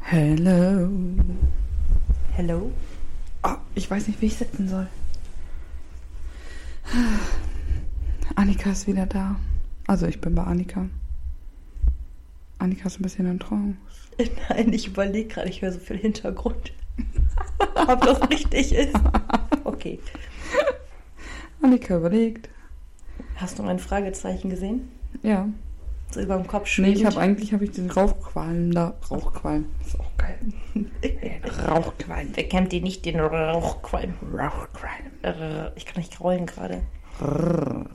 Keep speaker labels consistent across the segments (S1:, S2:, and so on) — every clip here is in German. S1: Hello.
S2: Hello?
S1: Oh, ich weiß nicht, wie ich sitzen soll. Annika ist wieder da. Also ich bin bei Annika. Annika ist ein bisschen in Trance.
S2: Nein, ich überlege gerade, ich höre so viel Hintergrund. Ob das richtig ist. Okay.
S1: Annika überlegt.
S2: Hast du mein Fragezeichen gesehen?
S1: Ja.
S2: So über dem Kopf
S1: Nee,
S2: schwebend.
S1: ich habe eigentlich hab ich den Rauchqualm da. Rauchqualm. Ist auch geil. Rauchqualm.
S2: Wer kennt die nicht, den Rauchqualm?
S1: Rauchqualm.
S2: Äh, Ich kann nicht graulen gerade. Den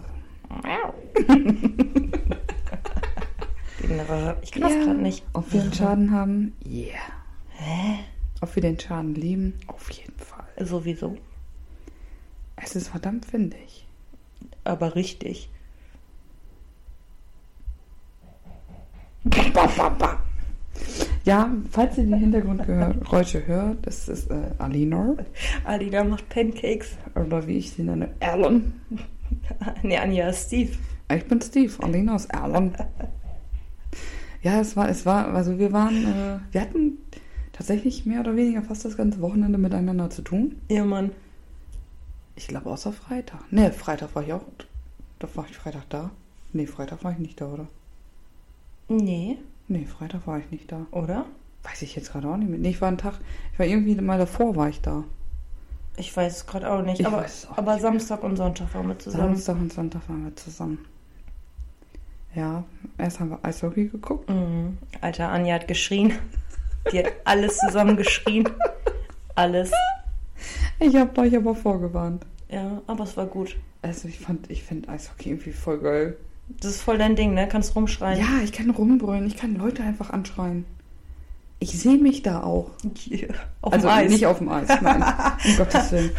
S2: R- äh, Ich kann das gerade nicht.
S1: Ob wir den Schaden haben? Yeah. Hä? Ob wir den Schaden lieben? Auf jeden Fall.
S2: Sowieso.
S1: Es ist verdammt windig.
S2: Aber richtig.
S1: Ja, falls ihr die Hintergrundgeräusche hört, das ist äh, Alinor.
S2: Alina macht Pancakes.
S1: Oder wie ich sie nenne, Erlen.
S2: Nee, Anja ist Steve.
S1: Ich bin Steve, Alina ist Erlen. Ja, es war, es war, also wir waren, äh, wir hatten tatsächlich mehr oder weniger fast das ganze Wochenende miteinander zu tun.
S2: Ihr Mann.
S1: Ich glaube, außer Freitag. Ne, Freitag war ich auch. Da war ich Freitag da. Ne, Freitag war ich nicht da, oder?
S2: Nee,
S1: Ne, Freitag war ich nicht da.
S2: oder?
S1: Weiß ich jetzt gerade auch nicht mehr. Nee, ich war einen Tag, ich war irgendwie mal davor, war ich da.
S2: Ich weiß es gerade auch nicht.
S1: Ich
S2: aber
S1: weiß es auch
S2: aber Samstag und Sonntag waren wir zusammen.
S1: Samstag und Sonntag waren wir zusammen. Ja, erst haben wir Eishockey geguckt.
S2: Mhm. Alter, Anja hat geschrien. Die hat alles zusammen geschrien. Alles.
S1: Ich habe euch aber vorgewarnt.
S2: Ja, aber es war gut.
S1: Also ich fand, ich finde Eishockey irgendwie voll geil.
S2: Das ist voll dein Ding, ne? Kannst rumschreien.
S1: Ja, ich kann rumbrüllen, ich kann Leute einfach anschreien. Ich sehe mich da auch.
S2: Yeah. Auf
S1: also
S2: dem Eis.
S1: nicht auf dem Eis, nein. um Gottes Willen.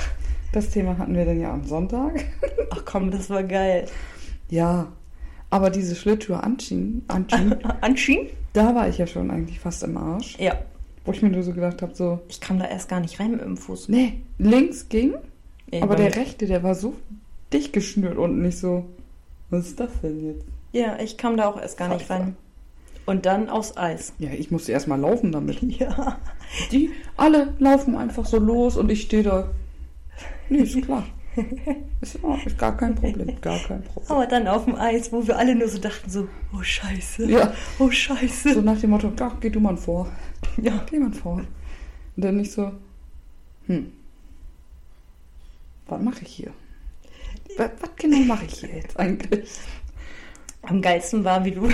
S1: Das Thema hatten wir dann ja am Sonntag.
S2: Ach komm, das war geil.
S1: Ja, aber diese Schlittschuhe anziehen, anziehen
S2: Anschienen?
S1: da war ich ja schon eigentlich fast im Arsch.
S2: Ja.
S1: Wo ich mir nur so gedacht habe, so,
S2: Ich kam da erst gar nicht rein mit dem Fuß.
S1: nee, links ging,
S2: Nee,
S1: aber
S2: bei
S1: der
S2: mir-
S1: rechte, der war so dicht geschnürt und nicht so, was ist das denn jetzt?
S2: Ja, ich kam da auch erst gar nicht
S1: Scheiße.
S2: rein. Und dann aufs Eis.
S1: Ja, ich musste erstmal laufen damit.
S2: Ja.
S1: Die alle laufen einfach so los und ich stehe da. Nee, ist klar. Ist, in Ordnung, ist gar kein Problem. Gar kein Problem.
S2: Aber dann auf dem Eis, wo wir alle nur so dachten, so, oh Scheiße.
S1: Ja.
S2: Oh
S1: So
S2: Scheiße.
S1: nach dem Motto, ach, geh du mal vor.
S2: Ja.
S1: Geh mal vor. Und dann nicht so, hm. Was mache ich hier? Was, was genau mache ich hier jetzt eigentlich?
S2: Am geilsten war, wie du,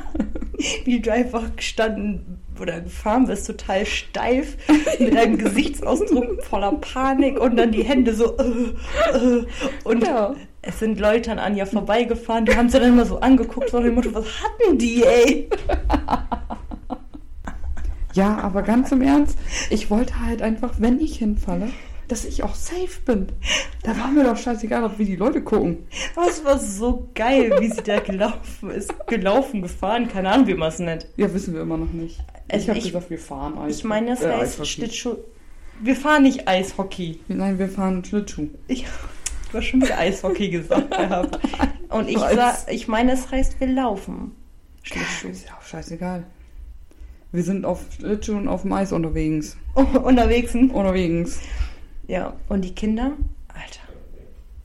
S2: wie du einfach gestanden oder gefahren bist, total steif, mit einem Gesichtsausdruck voller Panik und dann die Hände so. Äh, äh, und
S1: Ja.
S2: es sind Leute an Anja vorbeigefahren, die haben sie dann immer so angeguckt, so nach dem Motto, was hatten die, ey?
S1: Ja, aber ganz im Ernst, ich wollte halt einfach, wenn ich hinfalle, dass ich auch safe bin. Da war mir doch scheißegal, ob wie die Leute gucken.
S2: Aber es war so geil, wie sie da gelaufen ist. Gelaufen, gefahren, keine Ahnung, wie man es nennt.
S1: Ja, wissen wir immer noch nicht.
S2: Also
S1: ich habe
S2: ich-
S1: gesagt, wir fahren Eis.
S2: Ich meine, das
S1: äh,
S2: heißt
S1: Eishockey.
S2: Schlittschuh. Wir fahren nicht Eishockey.
S1: Nein, wir fahren Schlittschuh.
S2: Ich war schon wieder Eishockey gesagt gehabt. Und ich,
S1: Ich weiß.
S2: sag, ich meine, es heißt, wir laufen. Schlittschuh.
S1: Ist ja auch scheißegal. Wir sind auf Schlittschuh und auf dem Eis unterwegs.
S2: Unterwegs. sind-
S1: Unterwegs.
S2: Ja. Und die Kinder? Alter.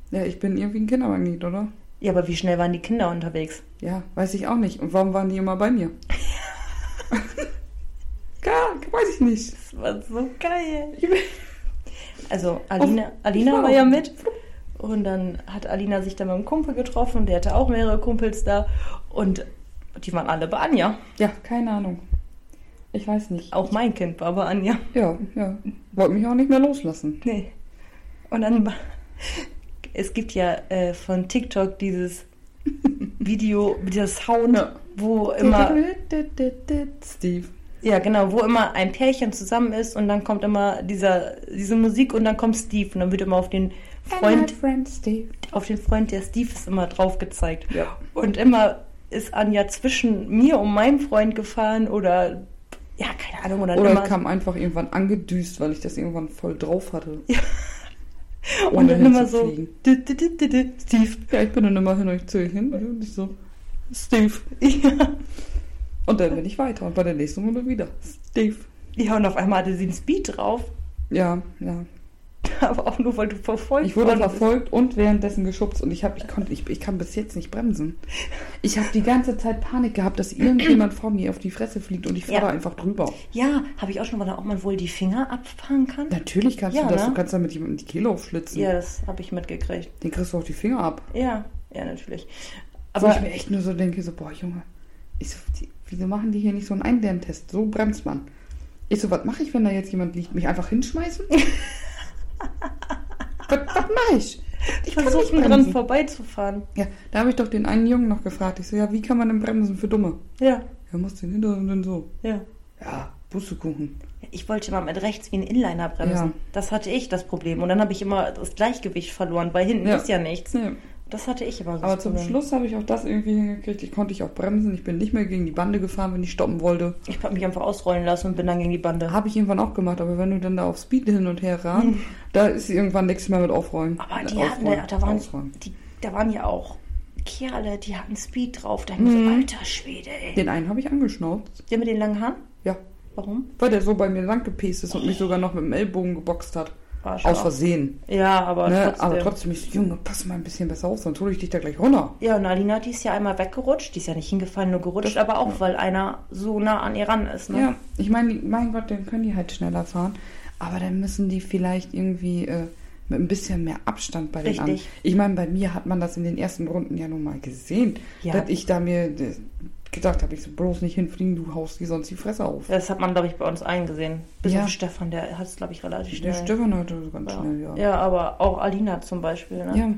S1: Ja, ich bin irgendwie ein Kindermagnet, oder?
S2: Ja, aber wie schnell waren die Kinder unterwegs?
S1: Ja, weiß ich auch nicht. Und warum waren die immer bei mir? Gar, weiß ich nicht.
S2: Das war so geil. Also, Alina,
S1: ich
S2: Alina
S1: war
S2: war
S1: auch-
S2: ja mit. Und dann hat Alina sich dann mit einem Kumpel getroffen. Der hatte auch mehrere Kumpels da. Und die waren alle bei Anja.
S1: Ja, keine Ahnung. Ich weiß nicht.
S2: Auch mein Kind war bei Anja.
S1: Ja, ja. Wollte mich auch nicht mehr loslassen.
S2: Nee. Und
S1: Hm.
S2: dann. Es gibt ja äh, von TikTok dieses Video, dieses Sound,
S1: Ja.
S2: wo immer.
S1: Steve.
S2: Ja, genau, wo immer ein Pärchen zusammen ist und dann kommt immer dieser, diese Musik und dann kommt Steve und dann wird immer auf den Freund,
S1: Friend Steve.
S2: auf den Freund, der Steve ist, immer drauf gezeigt.
S1: Ja.
S2: Und immer ist Anja zwischen mir und meinem Freund gefahren oder ja, keine Ahnung, oder,
S1: Oder
S2: immer.
S1: ich kam einfach irgendwann angedüst, weil ich das irgendwann voll drauf hatte.
S2: Ja.
S1: Ohne
S2: und dann immer so.
S1: hinzufliegen.
S2: "Dü, dü, dü, dü, dü, Steve.
S1: Ja, ich bin dann immer hin euch zu ihr hin und ich so, Steve.
S2: Ja.
S1: Und dann bin ich weiter und bei der nächsten Runde wieder, Steve.
S2: Ja, und auf einmal hatte sie einen Speed drauf,
S1: Ja, ja.
S2: aber auch nur, weil du verfolgt
S1: Ich wurde
S2: worden bist.
S1: verfolgt und währenddessen geschubst und ich habe, ich konnte, ich, ich kann bis jetzt nicht bremsen. Ich habe die ganze Zeit Panik gehabt, dass irgendjemand vor mir auf die Fresse fliegt und ich fahre
S2: Ja.
S1: einfach drüber.
S2: Ja, habe ich auch schon, weil da auch man wohl die Finger abfahren kann.
S1: Natürlich kannst
S2: Ja,
S1: du das,
S2: ne?
S1: du kannst damit jemandem die Kehle aufschlitzen.
S2: Ja, das habe ich mitgekriegt.
S1: Den kriegst du auch die Finger ab.
S2: Ja, ja, natürlich.
S1: Aber
S2: Aber
S1: ich mir echt nur so denke, so, boah, Junge, ich so, die, wieso machen die hier nicht so einen Einlerntest? So bremst man. Ich so, was mache ich, wenn da jetzt jemand liegt? Mich einfach hinschmeißen? was was mache ich?
S2: ich
S1: kann nicht
S2: versuche dran
S1: bremsen.
S2: vorbeizufahren.
S1: Ja, da habe ich doch den einen Jungen noch gefragt. Ich so, ja, wie kann man denn bremsen für Dumme?
S2: Ja,
S1: Er muss den Hinteren denn so.
S2: ja.
S1: Ja, Pustekuchen.
S2: Ich wollte mal mit rechts wie ein Inliner bremsen.
S1: Ja.
S2: Das hatte ich das Problem. Und dann habe ich immer das Gleichgewicht verloren, weil hinten
S1: Ja.
S2: ist ja nichts.
S1: Nee.
S2: Das hatte ich immer so.
S1: Aber
S2: das
S1: zum
S2: Problem.
S1: Schluss habe ich auch das irgendwie hingekriegt. Ich konnte ich auch bremsen. Ich bin nicht mehr gegen die Bande gefahren, wenn ich stoppen wollte.
S2: Ich habe mich einfach ausrollen lassen und bin dann gegen die Bande.
S1: Habe ich irgendwann auch gemacht. Aber wenn du dann da auf Speed hin und her rast, da ist irgendwann nichts mehr mit Äh, aufrollen.
S2: Mhm. Aber
S1: Mit
S2: die hatten,
S1: Aufrollen,
S2: da, da, waren,
S1: Ausrollen.
S2: die, da waren ja auch Kerle, die hatten Speed drauf. Da hab ich
S1: Mhm.
S2: mir so, alter Schwede, ey.
S1: Den einen habe ich angeschnauzt.
S2: Der mit den langen Haaren?
S1: Ja.
S2: Warum?
S1: Weil der so bei mir lang gepäst ist und mich sogar noch mit dem Ellbogen geboxt hat.
S2: Arschloch.
S1: Aus Versehen.
S2: Ja, aber
S1: Ne?
S2: trotzdem.
S1: Aber trotzdem, ich so, Junge, pass mal ein bisschen besser auf, sonst hole ich dich da gleich runter.
S2: Ja, und Alina, die ist ja einmal weggerutscht. Die ist ja nicht hingefallen, nur gerutscht. Aber auch, weil einer so nah an ihr ran ist. Ne?
S1: Ja, ich meine, die- mein Gott, dann können die halt schneller fahren. Aber dann müssen die vielleicht irgendwie äh, mit ein bisschen mehr Abstand bei den
S2: Richtig.
S1: anderen. Ich meine, bei mir hat man das in den ersten Runden ja nun mal gesehen.
S2: Ja.
S1: Dass ich da mir äh, gedacht habe, ich so bloß nicht hinfliegen, du haust dir sonst die Fresse auf.
S2: Das hat man, glaube ich, bei uns allen gesehen. Bis
S1: Ja.
S2: auf Stefan, der hat es, glaube ich, relativ
S1: Der
S2: schnell.
S1: Stefan hatte so ganz
S2: ja.
S1: schnell, ja.
S2: ja, aber auch Alina zum Beispiel. Ne?
S1: ja.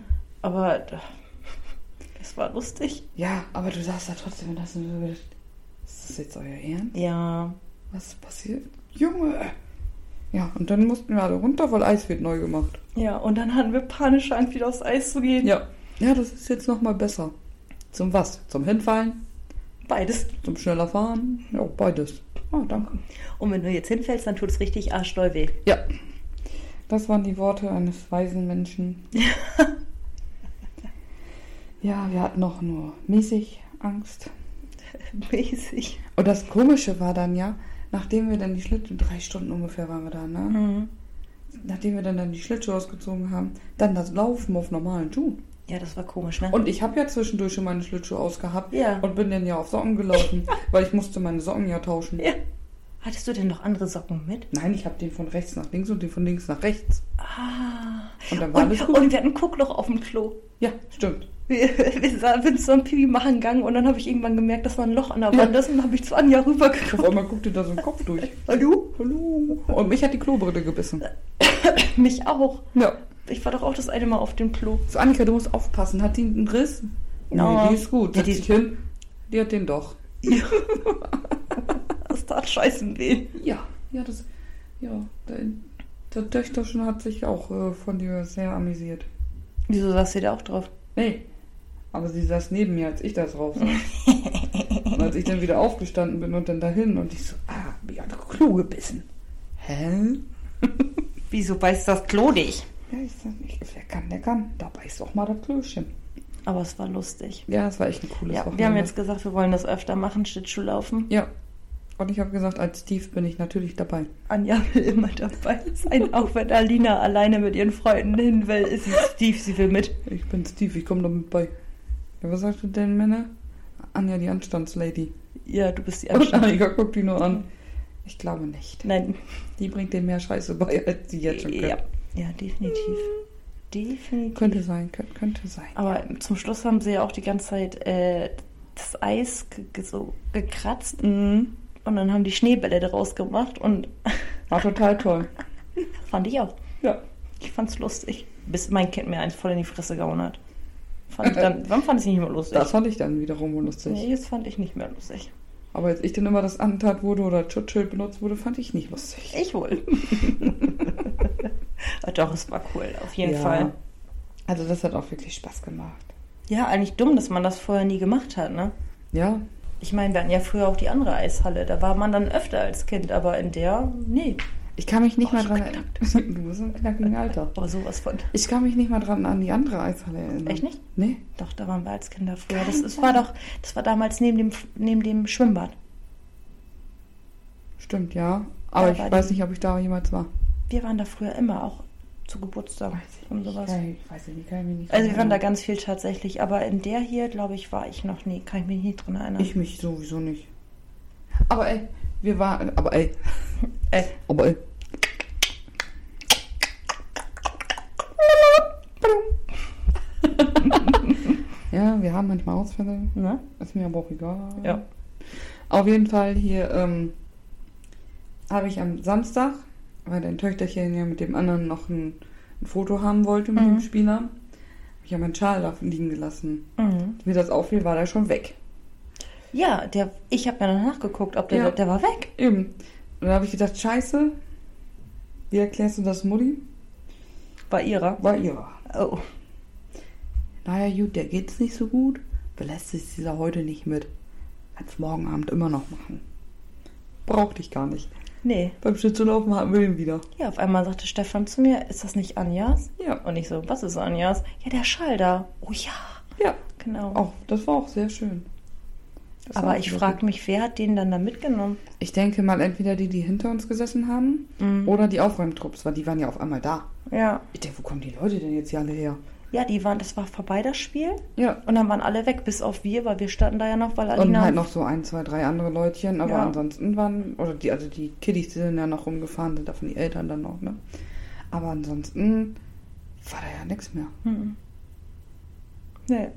S2: Aber äh, es war lustig.
S1: Ja, aber du sagst ja trotzdem, dass du so gedacht, ist das jetzt euer Ehren?
S2: Ja.
S1: Was ist passiert? Junge! Ja, und dann mussten wir alle runter, weil Eis wird neu gemacht.
S2: Ja, und dann hatten wir panische Angst, wieder aufs Eis zu gehen.
S1: Ja. Ja, das ist jetzt nochmal besser. Zum was? Zum Hinfallen?
S2: Beides.
S1: Zum schneller Fahren? Ja, beides. Ah, danke.
S2: Und wenn du jetzt hinfällst, dann tut es richtig arschdoll weh.
S1: Ja. Das waren die Worte eines weisen Menschen. ja, wir hatten noch nur mäßig Angst.
S2: Mäßig.
S1: Und das Komische war dann ja, nachdem wir dann die Schlitten, drei Stunden ungefähr waren wir da, ne?
S2: Mhm.
S1: Nachdem wir dann, dann die Schlittschuhe ausgezogen haben, dann das Laufen auf normalen Schuhen.
S2: Ja, das war komisch, ne?
S1: Und ich habe ja zwischendurch schon meine Schlittschuhe ausgehabt
S2: Ja.
S1: und bin dann ja auf Socken gelaufen, weil ich musste meine Socken ja tauschen.
S2: ja. Hattest du denn noch andere Socken mit?
S1: Nein, ich habe den von rechts nach links und den von links nach rechts.
S2: Ah.
S1: Und dann war alles
S2: Und,
S1: gut.
S2: und wir hatten ein Guckloch auf dem Klo.
S1: Ja, stimmt.
S2: Wir, wir sa- sind so am Pipi machen gegangen und dann habe ich irgendwann gemerkt, dass da ein Loch an der Wand ist und habe ich zu Anja
S1: Auf
S2: rübergeguckt.
S1: einmal guckte da so ein Kopf durch.
S2: Hallo?
S1: Hallo. Und mich hat die Klobrille gebissen.
S2: Mich auch.
S1: Ja.
S2: Ich war doch auch das eine Mal auf dem Klo.
S1: So, Annika, du musst aufpassen. Hat die einen Riss?
S2: Ja.
S1: Nee, die ist gut.
S2: Ja,
S1: Setz
S2: die-
S1: dich hin. Die hat den doch.
S2: Das tat scheißen weh.
S1: Ja, ja, das. Ja, dein, der Töchterchen hat sich auch äh, von dir sehr amüsiert.
S2: Wieso saß ihr da auch drauf?
S1: Nee, aber sie saß neben mir, als ich da drauf saß. und als ich dann wieder aufgestanden bin und dann dahin und ich so, ah, mir hat der Klo gebissen. Hä?
S2: Wieso beißt das Klo dich?
S1: Ja, ich sag nicht, wer kann, der kann. Da beißt auch mal das Klöchen.
S2: Aber es war lustig.
S1: Ja, das war echt ein cooles
S2: Ja,
S1: Wochenende.
S2: wir haben jetzt gesagt, wir wollen das öfter machen, Schlittschuhlaufen.
S1: Ja. Und ich habe gesagt, als Steve bin ich natürlich dabei.
S2: Anja will immer dabei sein, auch wenn Alina alleine mit ihren Freunden hin will, ist sie Steve, sie will mit.
S1: Ich bin Steve, ich komme damit bei. Ja, was sagst du denn, Männer? Anja, die Anstandslady.
S2: Ja, du bist die
S1: Und
S2: Anschlag.
S1: Annika guckt die nur an. Ich glaube nicht.
S2: Nein.
S1: Die bringt dem mehr Scheiße bei, als sie jetzt schon könnte.
S2: Ja. ja, definitiv. Definitiv.
S1: Könnte sein, könnte, könnte sein.
S2: Aber zum Schluss haben sie ja auch die ganze Zeit äh, das Eis ge ge- so gekratzt
S1: Mhm.
S2: und dann haben die Schneebälle daraus gemacht und
S1: War total toll.
S2: fand ich auch.
S1: Ja.
S2: Ich fand's lustig. Bis mein Kind mir eins voll in die Fresse gehauen hat. Fand ich dann, dann fand ich nicht mehr lustig.
S1: Das fand ich dann wiederum lustig.
S2: nee, das fand ich nicht mehr lustig.
S1: Aber als ich dann immer das antat wurde oder Schutzschild benutzt wurde, fand ich nicht lustig.
S2: Ich wohl. Ah, Doch, es war cool, auf jeden
S1: Ja.
S2: Fall.
S1: Also das hat auch wirklich Spaß gemacht.
S2: Ja, eigentlich dumm, dass man das vorher nie gemacht hat, ne?
S1: Ja,
S2: Ich meine, wir hatten ja früher auch die andere Eishalle. Da war man dann öfter als Kind, aber in der, nee.
S1: ich kann mich nicht
S2: Oh,
S1: mal
S2: so
S1: dran erinnern. Du bist im knackigen Alter.
S2: Aber sowas von.
S1: Ich kann mich nicht mal dran an die andere Eishalle erinnern.
S2: Echt nicht?
S1: Nee.
S2: Doch, da waren wir als Kinder früher. Das,
S1: Kein
S2: das
S1: Plan.
S2: war doch, das war damals neben dem, neben dem Schwimmbad.
S1: Stimmt, ja. Aber
S2: Ja,
S1: ich
S2: war
S1: weiß
S2: die-
S1: nicht, ob ich da jemals war.
S2: Wir waren da früher immer auch zu Geburtstag und Um sowas.
S1: Kann ich- Ich weiß nicht, kann ich mich nicht
S2: Also wir waren da
S1: erinnern.
S2: ganz viel tatsächlich, aber in der hier, glaube ich, war ich noch nie. Kann ich mich nicht dran erinnern.
S1: Ich mich sowieso nicht. Aber ey, wir waren. Aber ey.
S2: Äh,
S1: Aber ey. ja, wir haben manchmal Ausfälle.
S2: ne?
S1: Ist mir aber auch egal.
S2: Ja.
S1: Auf jeden Fall hier ähm, habe ich am Samstag, weil dein Töchterchen ja mit dem anderen noch ein, ein Foto haben wollte mit
S2: Mhm.
S1: dem Spieler, habe ich ja meinen Schal da liegen gelassen.
S2: Mhm.
S1: Als mir das auffiel, war der schon weg.
S2: Ja, der, ich habe ja noch nachgeguckt, ob der,
S1: Ja.
S2: der war weg.
S1: Eben. Und da habe ich gedacht, scheiße, wie erklärst du das Mutti?
S2: Bei ihrer.
S1: War ihrer.
S2: Oh.
S1: Naja, gut, der geht's nicht so gut. Belässt sich dieser heute nicht mit. Kannst morgen Abend immer noch machen. Brauchte ich gar nicht.
S2: Nee.
S1: Beim Schlittschuhlaufen hatten wir ihn wieder.
S2: Ja, auf einmal sagte Stefan zu mir, ist das nicht Anjas?
S1: Ja.
S2: Und ich so, was ist Anjas? Ja, der Schall da. Oh ja,
S1: Ja,
S2: genau.
S1: auch, das war auch sehr schön. Das war
S2: aber
S1: auch
S2: ich
S1: sehr
S2: frage
S1: gut.
S2: mich, wer hat den dann da mitgenommen?
S1: Ich denke mal, entweder die, die hinter uns gesessen haben
S2: Mhm.
S1: oder die Aufräumtrupps, weil die waren ja auf einmal da.
S2: Oh. Ja.
S1: Ich denke, wo kommen die Leute denn jetzt hier alle her?
S2: Ja, die waren, das war vorbei, das Spiel.
S1: Ja.
S2: Und dann waren alle weg, bis auf wir, weil wir standen da ja noch, weil
S1: Und
S2: Alina.
S1: halt noch so ein, zwei, drei andere Leutchen, aber
S2: Ja.
S1: ansonsten waren, oder die, also die Kiddies, die sind ja noch rumgefahren, sind davon die Eltern dann noch, ne? Aber ansonsten war da ja nichts mehr.
S2: Mhm. Nee.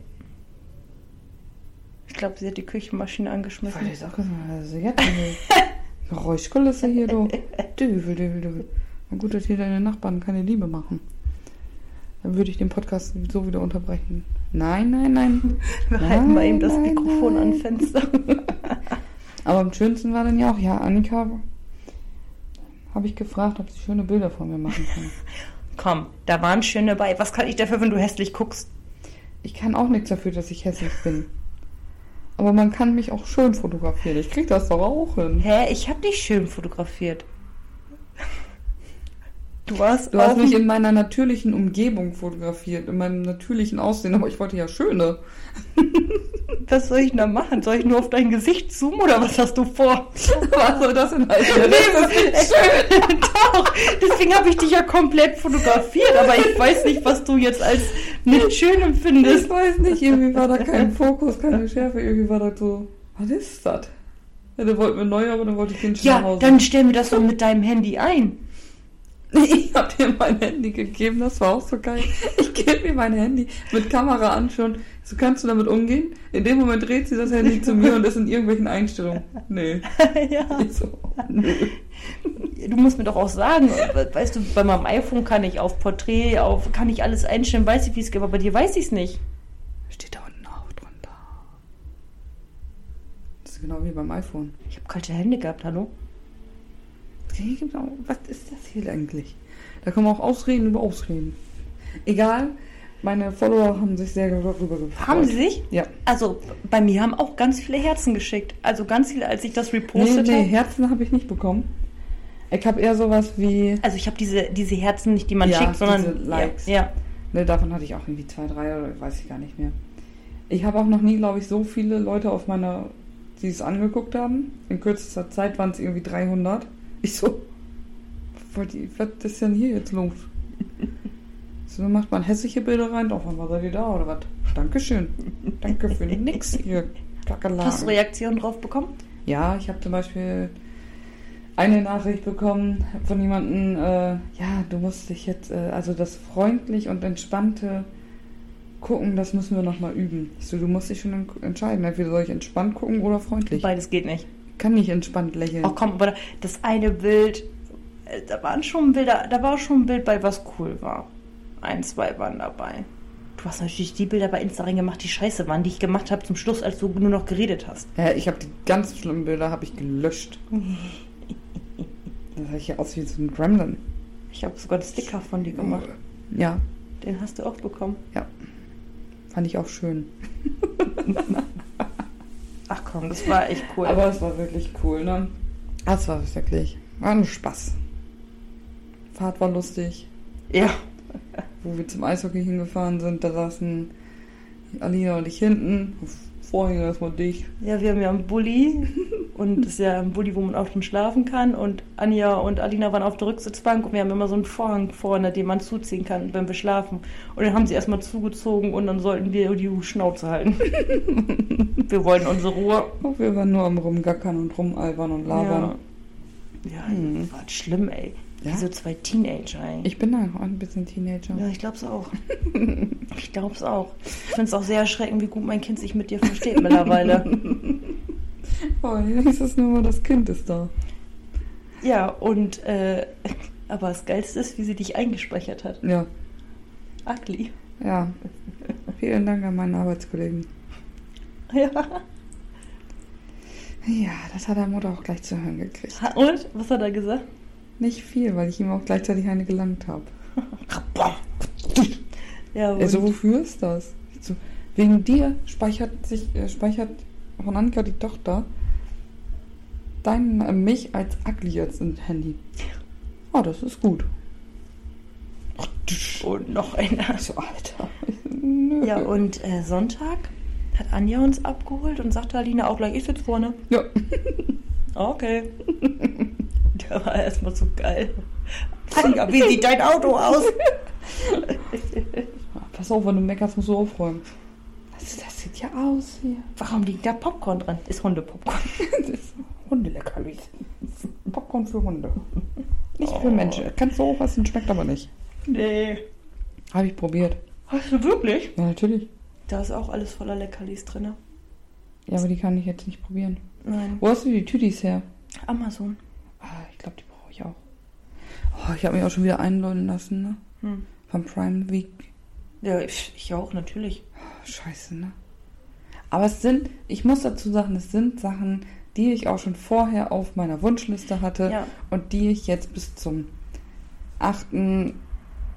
S2: Ich glaube, sie hat die Küchenmaschine
S1: Ich wollte
S2: angeschmissen.
S1: jetzt auch gesagt, was ist jetzt eine Geräuschkulisse hier, du. Dübel, dübel, dübel. Na gut, dass hier deine Nachbarn keine Liebe machen. Dann würde ich den Podcast so wieder unterbrechen. Nein, nein, nein.
S2: Wir halten mal
S1: Nein,
S2: eben das
S1: nein,
S2: Mikrofon
S1: nein.
S2: an Fenster.
S1: Aber am schönsten war dann ja auch, ja, Annika habe ich gefragt, ob sie schöne Bilder von mir machen kann.
S2: Komm, da waren schöne bei. Was kann ich dafür, wenn du hässlich guckst?
S1: Ich kann auch nichts dafür, dass ich hässlich bin. Aber man kann mich auch schön fotografieren. Ich krieg das doch auch hin.
S2: Hä, ich hab dich schön fotografiert. Du warst
S1: Du hast
S2: auf
S1: mich
S2: dem-
S1: in meiner natürlichen Umgebung fotografiert, in meinem natürlichen Aussehen, aber ich wollte ja schöne.
S2: Was soll ich denn da machen? Soll ich nur auf dein Gesicht zoomen oder was hast du vor?
S1: Was soll das denn heißen?
S2: schön. Doch, deswegen habe ich dich ja komplett fotografiert, aber ich weiß nicht, was du jetzt als nicht schön empfindest.
S1: Ich weiß nicht, irgendwie war da kein Fokus, keine Schärfe, irgendwie war das so, was ist das? Ja, der wollte mir neu, aber dann wollte ich den schon nach
S2: Ja,
S1: Hause.
S2: dann stell mir das doch mit deinem Handy ein.
S1: Ich hab dir mein Handy gegeben, das war auch so geil. Ich gebe mir mein Handy mit Kamera an schon. So kannst du damit umgehen? In dem Moment dreht sie das Handy zu mir und ist in irgendwelchen Einstellungen. Nee.
S2: ja.
S1: Ich so, nö.
S2: Du musst mir doch auch sagen, we- weißt du, bei meinem iPhone kann ich auf Porträt, auf kann ich alles einstellen, weiß ich, wie es geht, aber bei dir weiß ich es nicht.
S1: Steht da unten auch drunter. Das ist genau wie beim iPhone.
S2: Ich habe kalte Hände gehabt, hallo?
S1: Hier gibt's auch- genau, Was ist das hier eigentlich? Da kann man auch Ausreden über Ausreden. Egal, meine Follower haben sich sehr darüber gefreut.
S2: Haben sie sich?
S1: Ja.
S2: Also, bei mir haben auch ganz viele Herzen geschickt. Also ganz viele, als ich das
S1: Nee,
S2: repostet
S1: nee,
S2: habe.
S1: Herzen habe ich nicht bekommen. Ich habe eher sowas wie.
S2: Also ich habe diese, diese Herzen nicht, die man
S1: Ja,
S2: schickt, sondern
S1: diese Likes.
S2: Ja, ja.
S1: Ne, davon hatte ich auch irgendwie zwei, drei oder weiß ich gar nicht mehr. Ich habe auch noch nie, glaube ich, so viele Leute auf meiner, die es angeguckt haben. In kürzester Zeit waren es irgendwie 300. Ich so, was was ist denn hier jetzt los? So dann macht man hässliche Bilder rein, doch, wann war seid ihr da oder was? Dankeschön. Danke für nix, ihr
S2: Hast du
S1: Kakerlaken.
S2: Reaktionen drauf bekommen?
S1: Ja, ich habe zum Beispiel eine Nachricht bekommen von jemandem, äh, ja, du musst dich jetzt, äh, also das freundlich und entspannte gucken, das müssen wir nochmal üben. Ich so, du musst dich schon en- entscheiden, entweder soll ich entspannt gucken oder freundlich.
S2: Beides geht nicht.
S1: Kann nicht entspannt lächeln.
S2: Ach komm, aber da- das eine Bild, äh, da waren schon Bilder, da war schon ein Bild bei, was cool war. Ein, zwei waren dabei. Du hast natürlich die Bilder bei Insta reingemacht, die scheiße waren, die ich gemacht habe zum Schluss, als du nur noch geredet hast.
S1: Ja, Äh, ich habe die ganz schlimmen Bilder habe ich gelöscht. Da sah ich ja aus wie so ein Gremlin.
S2: Ich habe sogar einen Sticker von dir gemacht.
S1: Ja,
S2: Den hast du auch bekommen.
S1: fand ich auch schön.
S2: Ach komm, das war echt cool.
S1: Aber es war wirklich cool, ne? Das war wirklich, war ein Spaß. Fahrt war lustig.
S2: ja.
S1: wo wir zum Eishockey hingefahren sind, da saßen Alina und ich hinten, Vorhänge erstmal dicht.
S2: Ja, wir haben ja einen Bulli und das ist ja ein Bulli, wo man auch drin schlafen kann. Und Anja und Alina waren auf der Rücksitzbank und wir haben immer so einen Vorhang vorne, den man zuziehen kann, wenn wir schlafen. Und dann haben sie erstmal zugezogen und dann sollten wir die Schnauze halten. wir wollten unsere Ruhe.
S1: Und wir waren nur am Rumgackern und Rumalbern und Labern.
S2: Ja, ja das war schlimm, ey.
S1: Hm. Ja?
S2: Wie so zwei Teenager, ey.
S1: Ich bin da auch ein bisschen Teenager.
S2: Ja, ich glaub's auch. ich glaub's auch. Ich find's auch sehr erschreckend, wie gut mein Kind sich mit dir versteht mittlerweile.
S1: Oh, hier ist es nur mal, das Kind ist da.
S2: Ja, und äh, aber das Geilste ist, wie sie dich eingespeichert hat.
S1: Ja,
S2: Ugly.
S1: ja. Vielen Dank an meinen Arbeitskollegen.
S2: Ja.
S1: Ja, das hat der Mutter auch gleich zu hören gekriegt.
S2: Und? Was hat er gesagt?
S1: Nicht viel, weil ich ihm auch gleichzeitig eine gelangt habe.
S2: Ja, und,
S1: Also wofür ist das? So, wegen dir speichert sich äh, speichert von Anka die Tochter dein, äh, mich als ugly jetzt im Handy. Oh, das ist gut.
S2: und noch einer.
S1: Ich so, Alter. Nö.
S2: Ja, und äh, Sonntag hat Anja uns abgeholt und sagte Alina auch gleich, ich sitze vorne.
S1: Ja.
S2: Okay. Der war erstmal so geil. Anja, wie sieht dein Auto aus?
S1: Pass auf, wenn du meckerst, musst du aufräumen. Das, das sieht ja aus hier.
S2: Warum liegt da Popcorn drin? Ist Hundepopcorn.
S1: Das ist Hundeleckerli. Popcorn für Hunde. Nicht
S2: Oh.
S1: für Menschen. Kannst du auch essen, schmeckt aber nicht.
S2: Nee.
S1: Habe ich probiert.
S2: Hast du wirklich?
S1: Ja, natürlich.
S2: Da ist auch alles voller Leckerlis drin.
S1: Ja, aber die kann ich jetzt nicht probieren.
S2: Nein.
S1: Wo hast du die Tütis her?
S2: Amazon.
S1: Ah, ich glaube, die brauche ich auch. Oh, ich habe mich auch schon wieder einlullen lassen, ne?
S2: Hm.
S1: Vom Prime Week.
S2: Ja, ich, ich auch, natürlich.
S1: Oh, scheiße, ne? Aber es sind, ich muss dazu sagen, es sind Sachen, die ich auch schon vorher auf meiner Wunschliste hatte
S2: Ja.
S1: und die ich jetzt bis zum 8.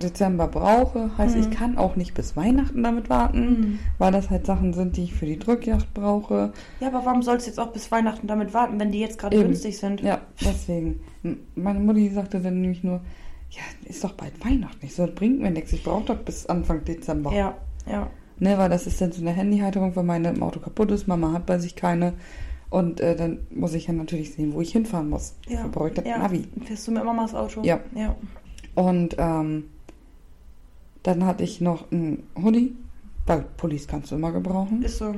S1: Dezember brauche. Heißt, ich kann auch nicht bis Weihnachten damit warten,
S2: Mhm.
S1: weil das halt Sachen sind, die ich für die Drückjagd brauche.
S2: Hm. Ja, aber warum sollst du jetzt auch bis Weihnachten damit warten, wenn die jetzt gerade
S1: Eben.
S2: günstig sind?
S1: Ja, deswegen. M- Meine Mutti sagte dann nämlich nur, ja, ist doch bald Weihnachten. Ich so, das bringt mir nichts. Ich brauche das bis Anfang Dezember.
S2: Ja, ja.
S1: Ne, weil das ist dann so eine Handyhalterung, weil meine im Auto kaputt ist. Mama hat bei sich keine. Und äh, dann muss ich ja natürlich sehen, wo ich hinfahren muss.
S2: ja.
S1: Da brauche ich das
S2: ja.
S1: Navi.
S2: Fährst du mit Mamas Auto?
S1: Ja.
S2: Ja.
S1: Und ähm, dann hatte ich noch ein Hoodie, weil Pullis kannst du immer gebrauchen.
S2: Ist so.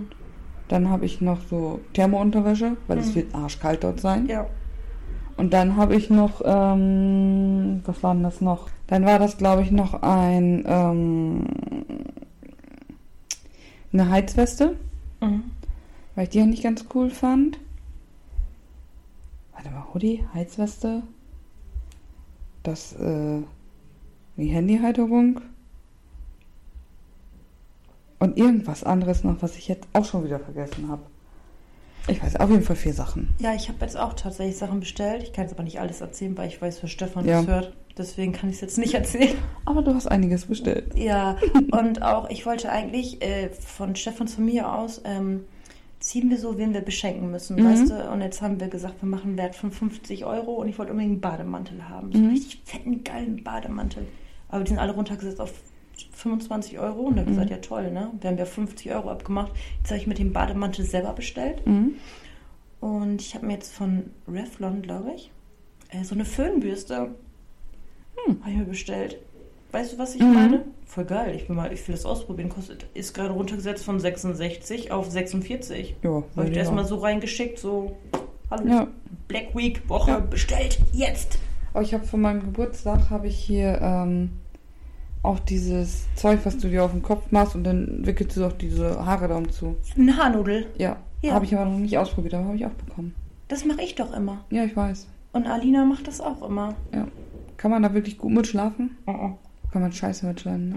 S1: Dann habe ich noch so Thermounterwäsche, weil es
S2: Mhm.
S1: wird arschkalt dort sein.
S2: Ja.
S1: Und dann habe ich noch, ähm, was war denn das noch? Dann war das, glaube ich, noch ein, ähm, eine Heizweste,
S2: Mhm.
S1: weil ich die ja nicht ganz cool fand. Warte mal, Hoodie, Heizweste, das, äh, die Handyhalterung und irgendwas anderes noch, was ich jetzt auch schon wieder vergessen habe. Ich weiß auf jeden Fall vier Sachen.
S2: Ja, ich habe jetzt auch tatsächlich Sachen bestellt. Ich kann jetzt aber nicht alles erzählen, weil ich weiß, wer Stefan
S1: Ja.
S2: das hört. Deswegen kann ich es jetzt nicht erzählen.
S1: Aber du hast einiges bestellt.
S2: Ja, und auch ich wollte eigentlich äh, von Stefans Familie aus ähm, ziehen wir so, wen wir beschenken müssen,
S1: Mhm.
S2: weißt du? Und jetzt haben wir gesagt, wir machen einen Wert von 50 Euro und ich wollte unbedingt einen Bademantel haben. So einen
S1: Mhm.
S2: richtig fetten, geilen Bademantel. Aber die sind alle runtergesetzt auf 25 Euro und
S1: Mhm.
S2: dann gesagt, ja toll, ne? Wir haben ja 50 Euro abgemacht. Jetzt habe ich mit dem Bademantel selber bestellt.
S1: Mhm.
S2: Und ich habe mir jetzt von Revlon, glaube ich, äh, so eine Föhnbürste
S1: Hm.
S2: habe ich mir bestellt. Weißt du, was ich
S1: Mhm.
S2: meine? Voll geil. Ich, bin mal, ich will das ausprobieren. Kostet, ist gerade runtergesetzt von 66 auf 46.
S1: Ja,
S2: Habe ich
S1: würde
S2: da
S1: ich
S2: erstmal
S1: auch.
S2: so reingeschickt, so, hallo,
S1: Ja.
S2: Black Week, Woche,
S1: Ja.
S2: bestellt, jetzt.
S1: Oh, ich habe von meinem Geburtstag habe ich hier ähm, auch dieses Zeug, was du dir auf den Kopf machst und dann wickelst du auch diese Haare da um zu.
S2: Eine Haarnudel.
S1: Ja,
S2: Ja.
S1: habe ich aber noch nicht ausprobiert, aber habe ich auch bekommen.
S2: Das mache ich doch immer.
S1: Ja, ich weiß.
S2: Und Alina macht das auch immer.
S1: Kann man da wirklich gut mitschlafen? Kann man scheiße mitschlafen, ne?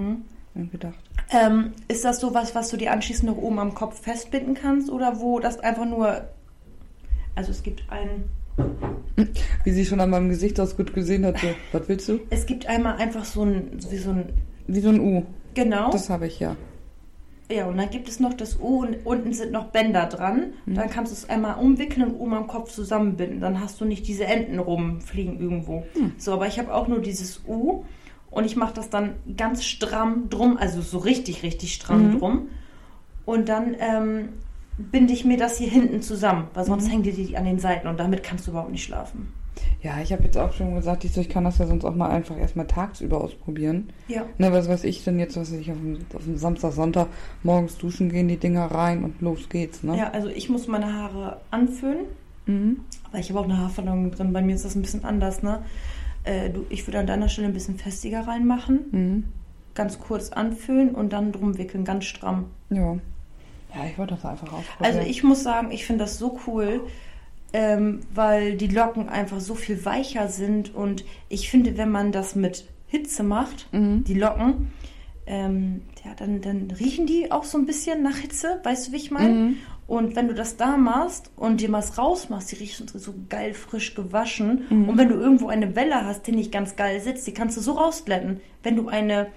S2: Mhm.
S1: Hab gedacht.
S2: Ähm, ist das so was, was du dir anschließend noch oben am Kopf festbinden kannst oder wo das einfach nur. Also es gibt einen.
S1: Wie sie schon an meinem Gesicht aus gut gesehen hat, so, was willst du?
S2: Es gibt einmal einfach so ein. so Wie so ein
S1: Wie so ein U.
S2: genau.
S1: Das habe ich ja.
S2: ja, und dann gibt es noch das O und unten sind noch Bänder dran.
S1: Mhm.
S2: Dann kannst du es einmal umwickeln und oben am Kopf zusammenbinden. Dann hast du nicht diese Enden rumfliegen irgendwo.
S1: Hm.
S2: So, aber ich habe auch nur dieses U und ich mache das dann ganz stramm drum, also so richtig, richtig stramm
S1: Mhm.
S2: drum. Und dann ähm, binde ich mir das hier hinten zusammen, weil sonst
S1: Mhm.
S2: hängen dir die an den Seiten und damit kannst du überhaupt nicht schlafen.
S1: Ja, ich habe jetzt auch schon gesagt, ich, so, ich kann das ja sonst auch mal einfach erstmal tagsüber ausprobieren.
S2: Ja.
S1: Ne, was weiß ich denn jetzt, was weiß ich auf dem, auf dem Samstag, Sonntag morgens duschen gehen, die Dinger rein und los geht's, ne?
S2: Ja, also ich muss meine Haare anföhnen,
S1: Mhm.
S2: aber ich habe auch eine Haarverlängerung drin. Bei mir ist das ein bisschen anders, ne? Äh, du, ich würde an deiner Stelle ein bisschen festiger reinmachen,
S1: Mhm.
S2: ganz kurz anföhnen und dann drum wickeln, ganz stramm.
S1: Ja. Ja, ich wollte das einfach ausprobieren.
S2: Also ich muss sagen, ich finde das so cool, ähm, weil die Locken einfach so viel weicher sind und ich finde, wenn man das mit Hitze macht,
S1: Mhm.
S2: die Locken, ähm, ja, dann, dann riechen die auch so ein bisschen nach Hitze, weißt du, wie ich meine?
S1: Mhm.
S2: Und wenn du das da machst und dir was rausmachst, die riechen so geil frisch gewaschen.
S1: Mhm.
S2: Und wenn du irgendwo eine Welle hast, die nicht ganz geil sitzt, die kannst du so rausglätten. Wenn du eine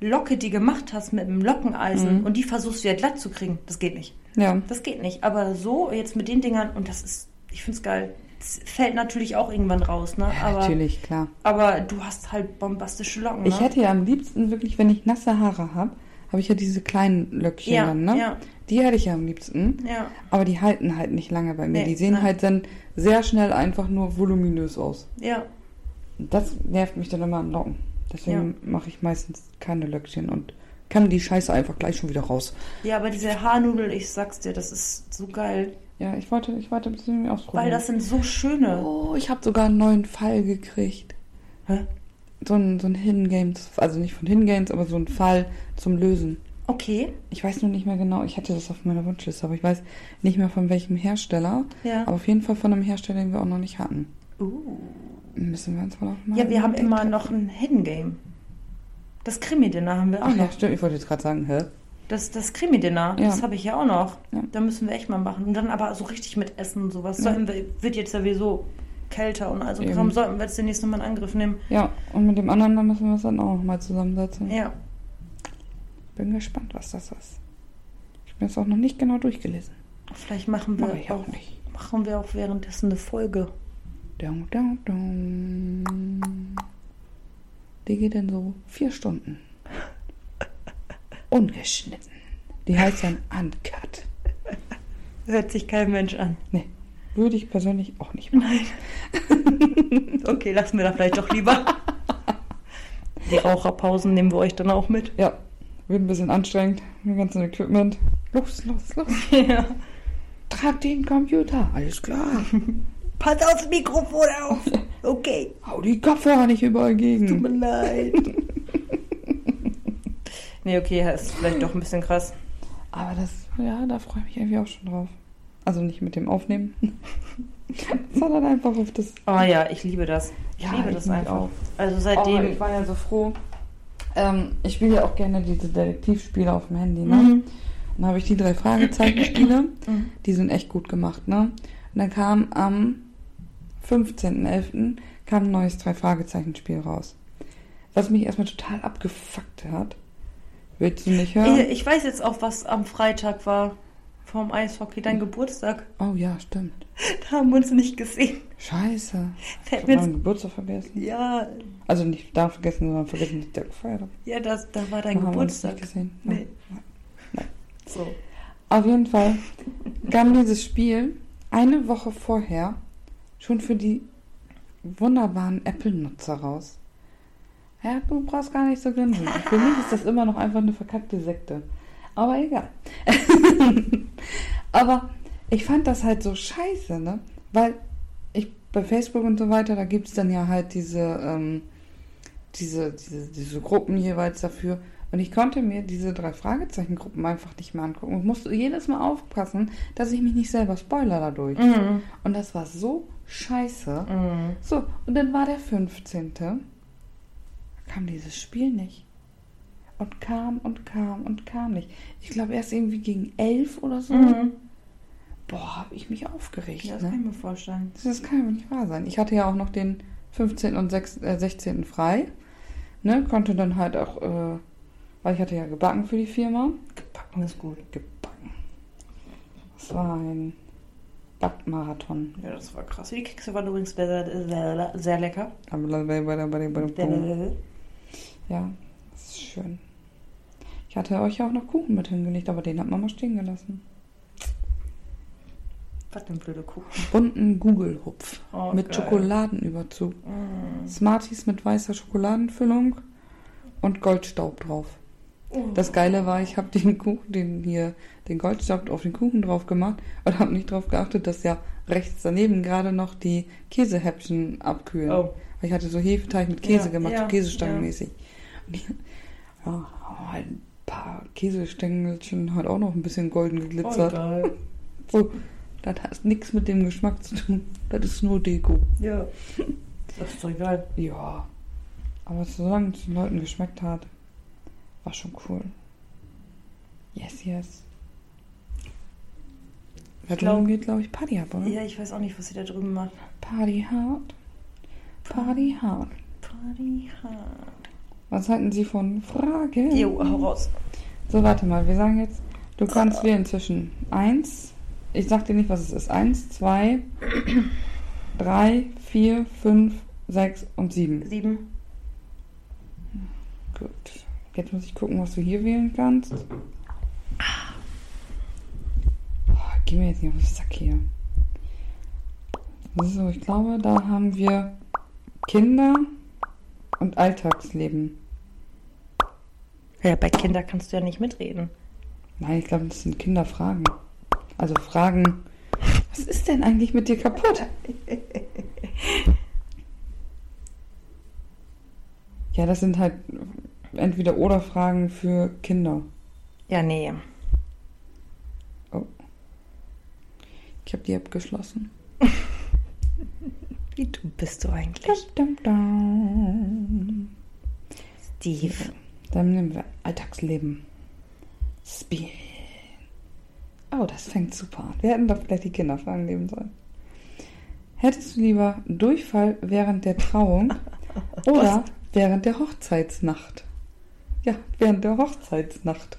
S2: Locke, die gemacht hast mit einem Lockeneisen
S1: Mhm.
S2: und die versuchst du ja glatt zu kriegen, das geht nicht.
S1: Ja.
S2: Das geht nicht. Aber so jetzt mit den Dingern und das ist, ich find's geil. Das fällt natürlich auch irgendwann raus, ne?
S1: ja,
S2: aber,
S1: natürlich, klar.
S2: aber du hast halt bombastische Locken. Ne?
S1: Ich hätte ja am liebsten wirklich, wenn ich nasse Haare habe, habe ich ja diese kleinen Löckchen
S2: ja,
S1: dann, ne?
S2: ja,
S1: Die hätte ich ja am liebsten.
S2: ja,
S1: Aber die halten halt nicht lange bei mir.
S2: Nee,
S1: die sehen
S2: nein.
S1: halt dann sehr schnell einfach nur voluminös aus.
S2: ja.
S1: Und Das nervt mich dann immer an Locken. Deswegen mache ich meistens keine Löckchen und kann die Scheiße einfach gleich schon wieder raus.
S2: Ja, aber diese Haarnudel, ich sag's dir, das ist so geil.
S1: Ja, ich wollte, ich wollte ein bisschen ausprobieren.
S2: Weil das sind so schöne.
S1: oh, ich habe sogar einen neuen Fall gekriegt.
S2: Hä?
S1: So ein, so ein Hidden Games, also nicht von Hidden Games, aber so ein Fall zum Lösen.
S2: Okay,
S1: Ich weiß nur nicht mehr genau, ich hatte das auf meiner Wunschliste, aber ich weiß nicht mehr von welchem Hersteller.
S2: ja.
S1: Aber auf jeden Fall von einem Hersteller, den wir auch noch nicht hatten.
S2: Uh.
S1: Müssen wir uns wohl auch mal.
S2: Ja, wir haben
S1: entdeckt
S2: immer noch ein Hidden Game. Das Krimi-Dinner haben wir auch
S1: Ach ja,
S2: noch.
S1: stimmt, ich wollte jetzt gerade sagen, hä?
S2: Das, das Krimi-Dinner,
S1: Ja.
S2: das habe ich ja auch noch.
S1: Ja.
S2: Da müssen wir echt mal machen. Und dann aber so richtig mit Essen und sowas.
S1: Ja.
S2: Sollten wir, wird jetzt sowieso kälter und also
S1: Eben.
S2: Kram. Sollten wir jetzt den nächsten Mal in Angriff nehmen.
S1: Ja, und mit dem anderen, da müssen wir uns dann auch nochmal zusammensetzen.
S2: Ja.
S1: Bin gespannt, was das ist. Ich bin es auch noch nicht genau durchgelesen.
S2: Vielleicht machen wir,
S1: Mache ich auch nicht.
S2: machen wir auch währenddessen eine Folge.
S1: Dum, dum, dum. Die geht dann so vier Stunden. Ungeschnitten. Die heißt dann Uncut.
S2: Hört sich kein Mensch an.
S1: Würde ich persönlich auch nicht machen.
S2: Nein. okay, lassen wir da vielleicht doch lieber. Die Raucherpausen nehmen wir euch dann auch mit.
S1: Ja, wird ein bisschen anstrengend mit dem ganzen Equipment. Los, los, los.
S2: Ja.
S1: Trag den Computer. Alles klar.
S2: Pass auf das Mikrofon auf. Okay.
S1: Hau die Kopfhörer nicht überall
S2: Tut mir
S1: gegen.
S2: leid. nee, okay, ja, ist vielleicht doch ein bisschen krass.
S1: Aber das, ja, da freue ich mich irgendwie auch schon drauf. Also nicht mit dem Aufnehmen, sondern einfach auf das.
S2: Ah ja, ich liebe das. Ich
S1: Ja,
S2: liebe
S1: ich
S2: das
S1: mich
S2: einfach.
S1: auch.
S2: Also
S1: Oh,
S2: seitdem.
S1: ich war ja so froh. Ähm, ich spiele ja auch gerne diese Detektivspiele auf dem Handy, ne?
S2: Mhm.
S1: Dann habe ich die drei Fragezeichen-Spiele.
S2: Mhm.
S1: Die sind echt gut gemacht, ne? Und dann kam am 15.11. kam ein neues drei Fragezeichen-Spiel raus. Was mich erstmal total abgefuckt hat. Willst du nicht hören?
S2: Ich, ich weiß jetzt auch, was am Freitag war. Vom Eishockey, dein Geburtstag.
S1: Oh ja, stimmt.
S2: Da haben wir uns nicht gesehen.
S1: Scheiße. Ich
S2: Fällt
S1: habe
S2: mir jetzt,
S1: meinen Geburtstag vergessen.
S2: ja,
S1: Also nicht da vergessen, sondern vergessen, dass ich da gefeiert habe.
S2: ja das, da war dein
S1: Dann haben wir uns
S2: Geburtstag.
S1: nicht gesehen. Ja.
S2: Nee. So.
S1: Auf jeden Fall kam dieses Spiel eine Woche vorher schon für die wunderbaren Apple-Nutzer raus. Ja, du brauchst gar nicht so grinsen. Für mich ist das immer noch einfach eine verkackte Sekte. Aber egal. Aber ich fand das halt so scheiße, ne? Weil ich bei Facebook und so weiter, da gibt es dann ja halt diese, ähm, diese, diese, diese Gruppen jeweils dafür. Und ich konnte mir diese drei Fragezeichen-Gruppen einfach nicht mehr angucken und musste jedes Mal aufpassen, dass ich mich nicht selber spoiler dadurch.
S2: Mhm.
S1: Und das war so scheiße.
S2: Mhm.
S1: So, und dann war der 15. Da kam dieses Spiel nicht. Und kam und kam und kam nicht. Ich glaube erst irgendwie gegen 11 oder so.
S2: Mhm.
S1: Boah, habe ich mich aufgeregt.
S2: Ja, das kann
S1: ne?
S2: ich mir vorstellen.
S1: Das kann ja wohl nicht wahr sein. Ich hatte ja auch noch den 15. und 6, äh, 16. frei. Ne? Konnte dann halt auch, äh, weil ich hatte ja gebacken für die Firma.
S2: Gebacken ist gut.
S1: Gebacken. Das war ein Backmarathon.
S2: Ja, das war krass. Die Kekse waren übrigens sehr, sehr, sehr lecker.
S1: Ja,
S2: Sehr,
S1: das ist schön. Ich hatte euch ja auch noch Kuchen mit hingelegt, aber den hat Mama stehen gelassen.
S2: Was denn blöde Kuchen?
S1: Bunten Google-Hupf
S2: Oh,
S1: mit
S2: geil. Mhm.
S1: Schokoladenüberzug. Smarties mit weißer Schokoladenfüllung und Goldstaub drauf.
S2: Oh.
S1: Das Geile war, ich habe den Kuchen, den hier, den Goldstaub auf den Kuchen drauf gemacht und habe nicht drauf geachtet, dass ja rechts daneben gerade noch die Käsehäppchen abkühlen.
S2: Oh.
S1: Weil ich hatte so Hefeteig mit Käse
S2: Ja,
S1: gemacht,
S2: ja,
S1: so Käsestangenmäßig. Und ich- Ja, oh, ein paar Käsestängelchen hat auch noch ein bisschen golden
S2: Oh,
S1: geglitzert.
S2: geil.
S1: so, das hat nichts mit dem Geschmack zu tun. Das ist nur Deko.
S2: Ja. Das ist doch egal.
S1: Ja. Aber solange es den Leuten geschmeckt hat, war schon cool. Yes, yes. Da
S2: glaub-
S1: drüben geht, glaube ich, Party ab, oder?
S2: Ja, ich weiß auch nicht, was sie da drüben macht.
S1: Party hard. Party hard.
S2: Party hard.
S1: Was halten Sie von Fragen?
S2: Jo, hau raus.
S1: So, warte mal. Wir sagen jetzt, du kannst wählen zwischen 1, ich sag dir nicht, was es ist. 1, 2, 3, 4, 5, 6 und 7.
S2: Sieben.
S1: Gut. Jetzt muss ich gucken, was du hier wählen kannst. Oh, geh mir jetzt nicht auf den Sack hier. So, ich glaube, da haben wir Kinder und Alltagsleben.
S2: Ja, bei Kinder kannst du ja nicht mitreden.
S1: Nein, ich glaube, das sind Kinderfragen. Also Fragen. Was ist denn eigentlich mit dir kaputt? Ja, das sind halt entweder oder Fragen für Kinder.
S2: Ja, nee.
S1: Ich habe die App geschlossen.
S2: Wie dumm bist du
S1: Dum,
S2: eigentlich?
S1: dum, dum.
S2: Steve.
S1: Dann nehmen wir Alltagsleben. Spielen. Oh, das fängt super an. Wir hätten doch vielleicht die Kinderfragen nehmen sollen. Hättest du lieber Durchfall während der Trauung oder während der Hochzeitsnacht? Ja, während der Hochzeitsnacht.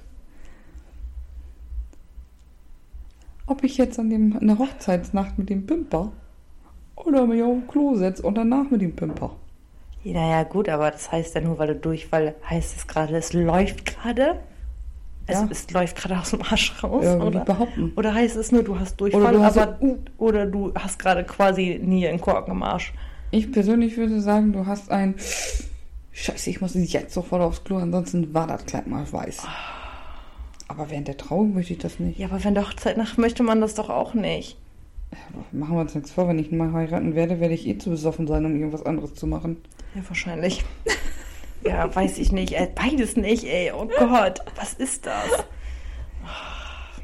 S1: Ob ich jetzt an, dem, an der Hochzeitsnacht mit dem Pimper oder mich auf dem Klo setze und danach mit dem Pimper.
S2: Naja, gut, aber das heißt ja nur, weil du Durchfall heißt es gerade, es läuft gerade. Also
S1: Ja.
S2: es läuft gerade aus dem Arsch raus,
S1: Ja, würde ich
S2: oder?
S1: behaupten.
S2: Oder heißt es nur, du hast Durchfall,
S1: Oder du hast
S2: aber oder du hast gerade quasi nie einen Korken im Arsch.
S1: Ich persönlich würde sagen, du hast ein. Scheiße, ich muss jetzt sofort aufs Klo, ansonsten war das Kleid mal weiß. Aber während der Trauung möchte ich das nicht.
S2: Ja, aber wenn der Hochzeit nach möchte man das doch auch nicht.
S1: Machen wir uns nichts vor, wenn ich mal heiraten werde, werde ich eh zu besoffen sein, um irgendwas anderes zu machen.
S2: Ja, wahrscheinlich. ja, weiß ich nicht. Ey, beides nicht, ey. Oh Gott, was ist das?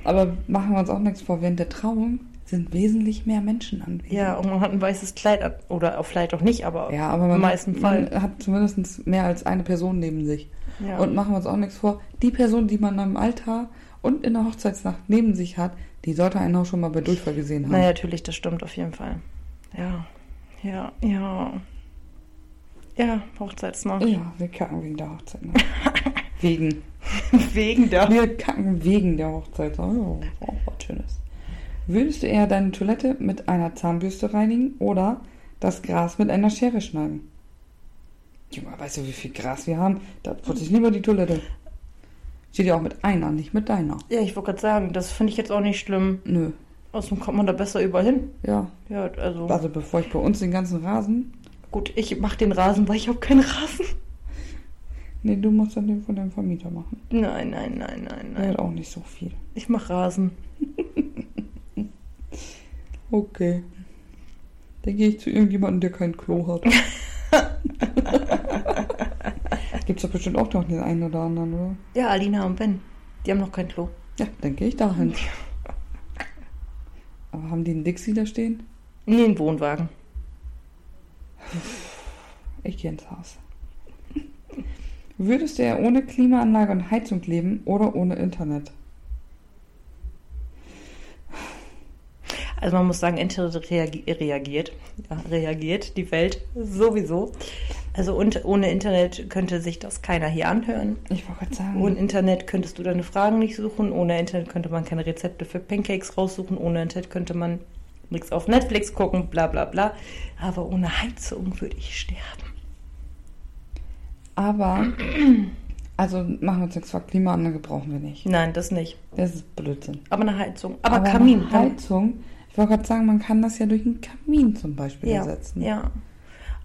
S1: Aber machen wir uns auch nichts vor, während der Trauung sind wesentlich mehr Menschen anwesend.
S2: Ja, und man hat ein weißes Kleid an. Oder auch vielleicht auch nicht, aber,
S1: Mhm. Ja, aber man,
S2: im meisten Fall.
S1: man hat zumindest mehr als eine Person neben sich.
S2: Ja.
S1: Und machen wir uns auch nichts vor, die Person, die man am Altar und in der Hochzeitsnacht neben sich hat, die sollte einen auch schon mal bei Durchfall gesehen haben.
S2: Naja, natürlich, das stimmt auf jeden Fall. Ja, ja, ja. Ja, Hochzeitsnacht.
S1: Ja, wir kacken wegen der Hochzeit. Ne? wegen.
S2: Wegen der.
S1: Wir kacken wegen der Hochzeit. Oh, auch was Schönes. Würdest du eher deine Toilette mit einer Zahnbürste reinigen oder das Gras mit einer Schere schneiden? Junge, weißt du, wie viel Gras wir haben? Da putze ich lieber die Toilette. Steht ja auch mit einer, nicht mit deiner.
S2: Ja, ich wollte gerade sagen, das finde ich jetzt auch nicht schlimm.
S1: Nö,
S2: Außerdem kommt man da besser überall hin.
S1: ja.
S2: Ja, also.
S1: Also bevor ich bei uns den ganzen Rasen...
S2: Gut, ich mache den Rasen, weil ich habe keinen Rasen.
S1: Nee, du musst dann den von deinem Vermieter machen.
S2: Nein, nein, nein, nein,
S1: Der
S2: nein.
S1: hat auch nicht so viel.
S2: Ich mache Rasen.
S1: Okay. Dann gehe ich zu irgendjemandem, der kein Klo hat. Gibt's doch bestimmt auch noch den einen oder anderen, oder?
S2: Ja, Alina und Ben. Die haben noch kein Klo.
S1: Ja, dann gehe ich dahin. Aber haben die einen Dixie da stehen?
S2: Nee, einen Wohnwagen.
S1: Ich gehe ins Haus. Würdest du eher ohne Klimaanlage und Heizung leben oder ohne Internet?
S2: Also man muss sagen, Internet reagi reagiert. Ja, reagiert die Welt sowieso. Also und ohne Internet könnte sich das keiner hier anhören.
S1: Ich wollte gerade sagen,
S2: Ohne Internet könntest du deine Fragen nicht suchen. Ohne Internet könnte man keine Rezepte für Pancakes raussuchen. Ohne Internet könnte man nichts auf Netflix gucken, bla bla bla. Aber ohne Heizung würde ich sterben.
S1: aber Also machen wir uns nichts vor, Klimaanlage brauchen wir nicht.
S2: Nein, das nicht.
S1: Das ist Blödsinn.
S2: Aber eine Heizung. Aber, Kamin.
S1: eine Heizung, ich wollte gerade sagen, man kann das ja durch einen Kamin zum Beispiel
S2: ja,
S1: ersetzen.
S2: ja.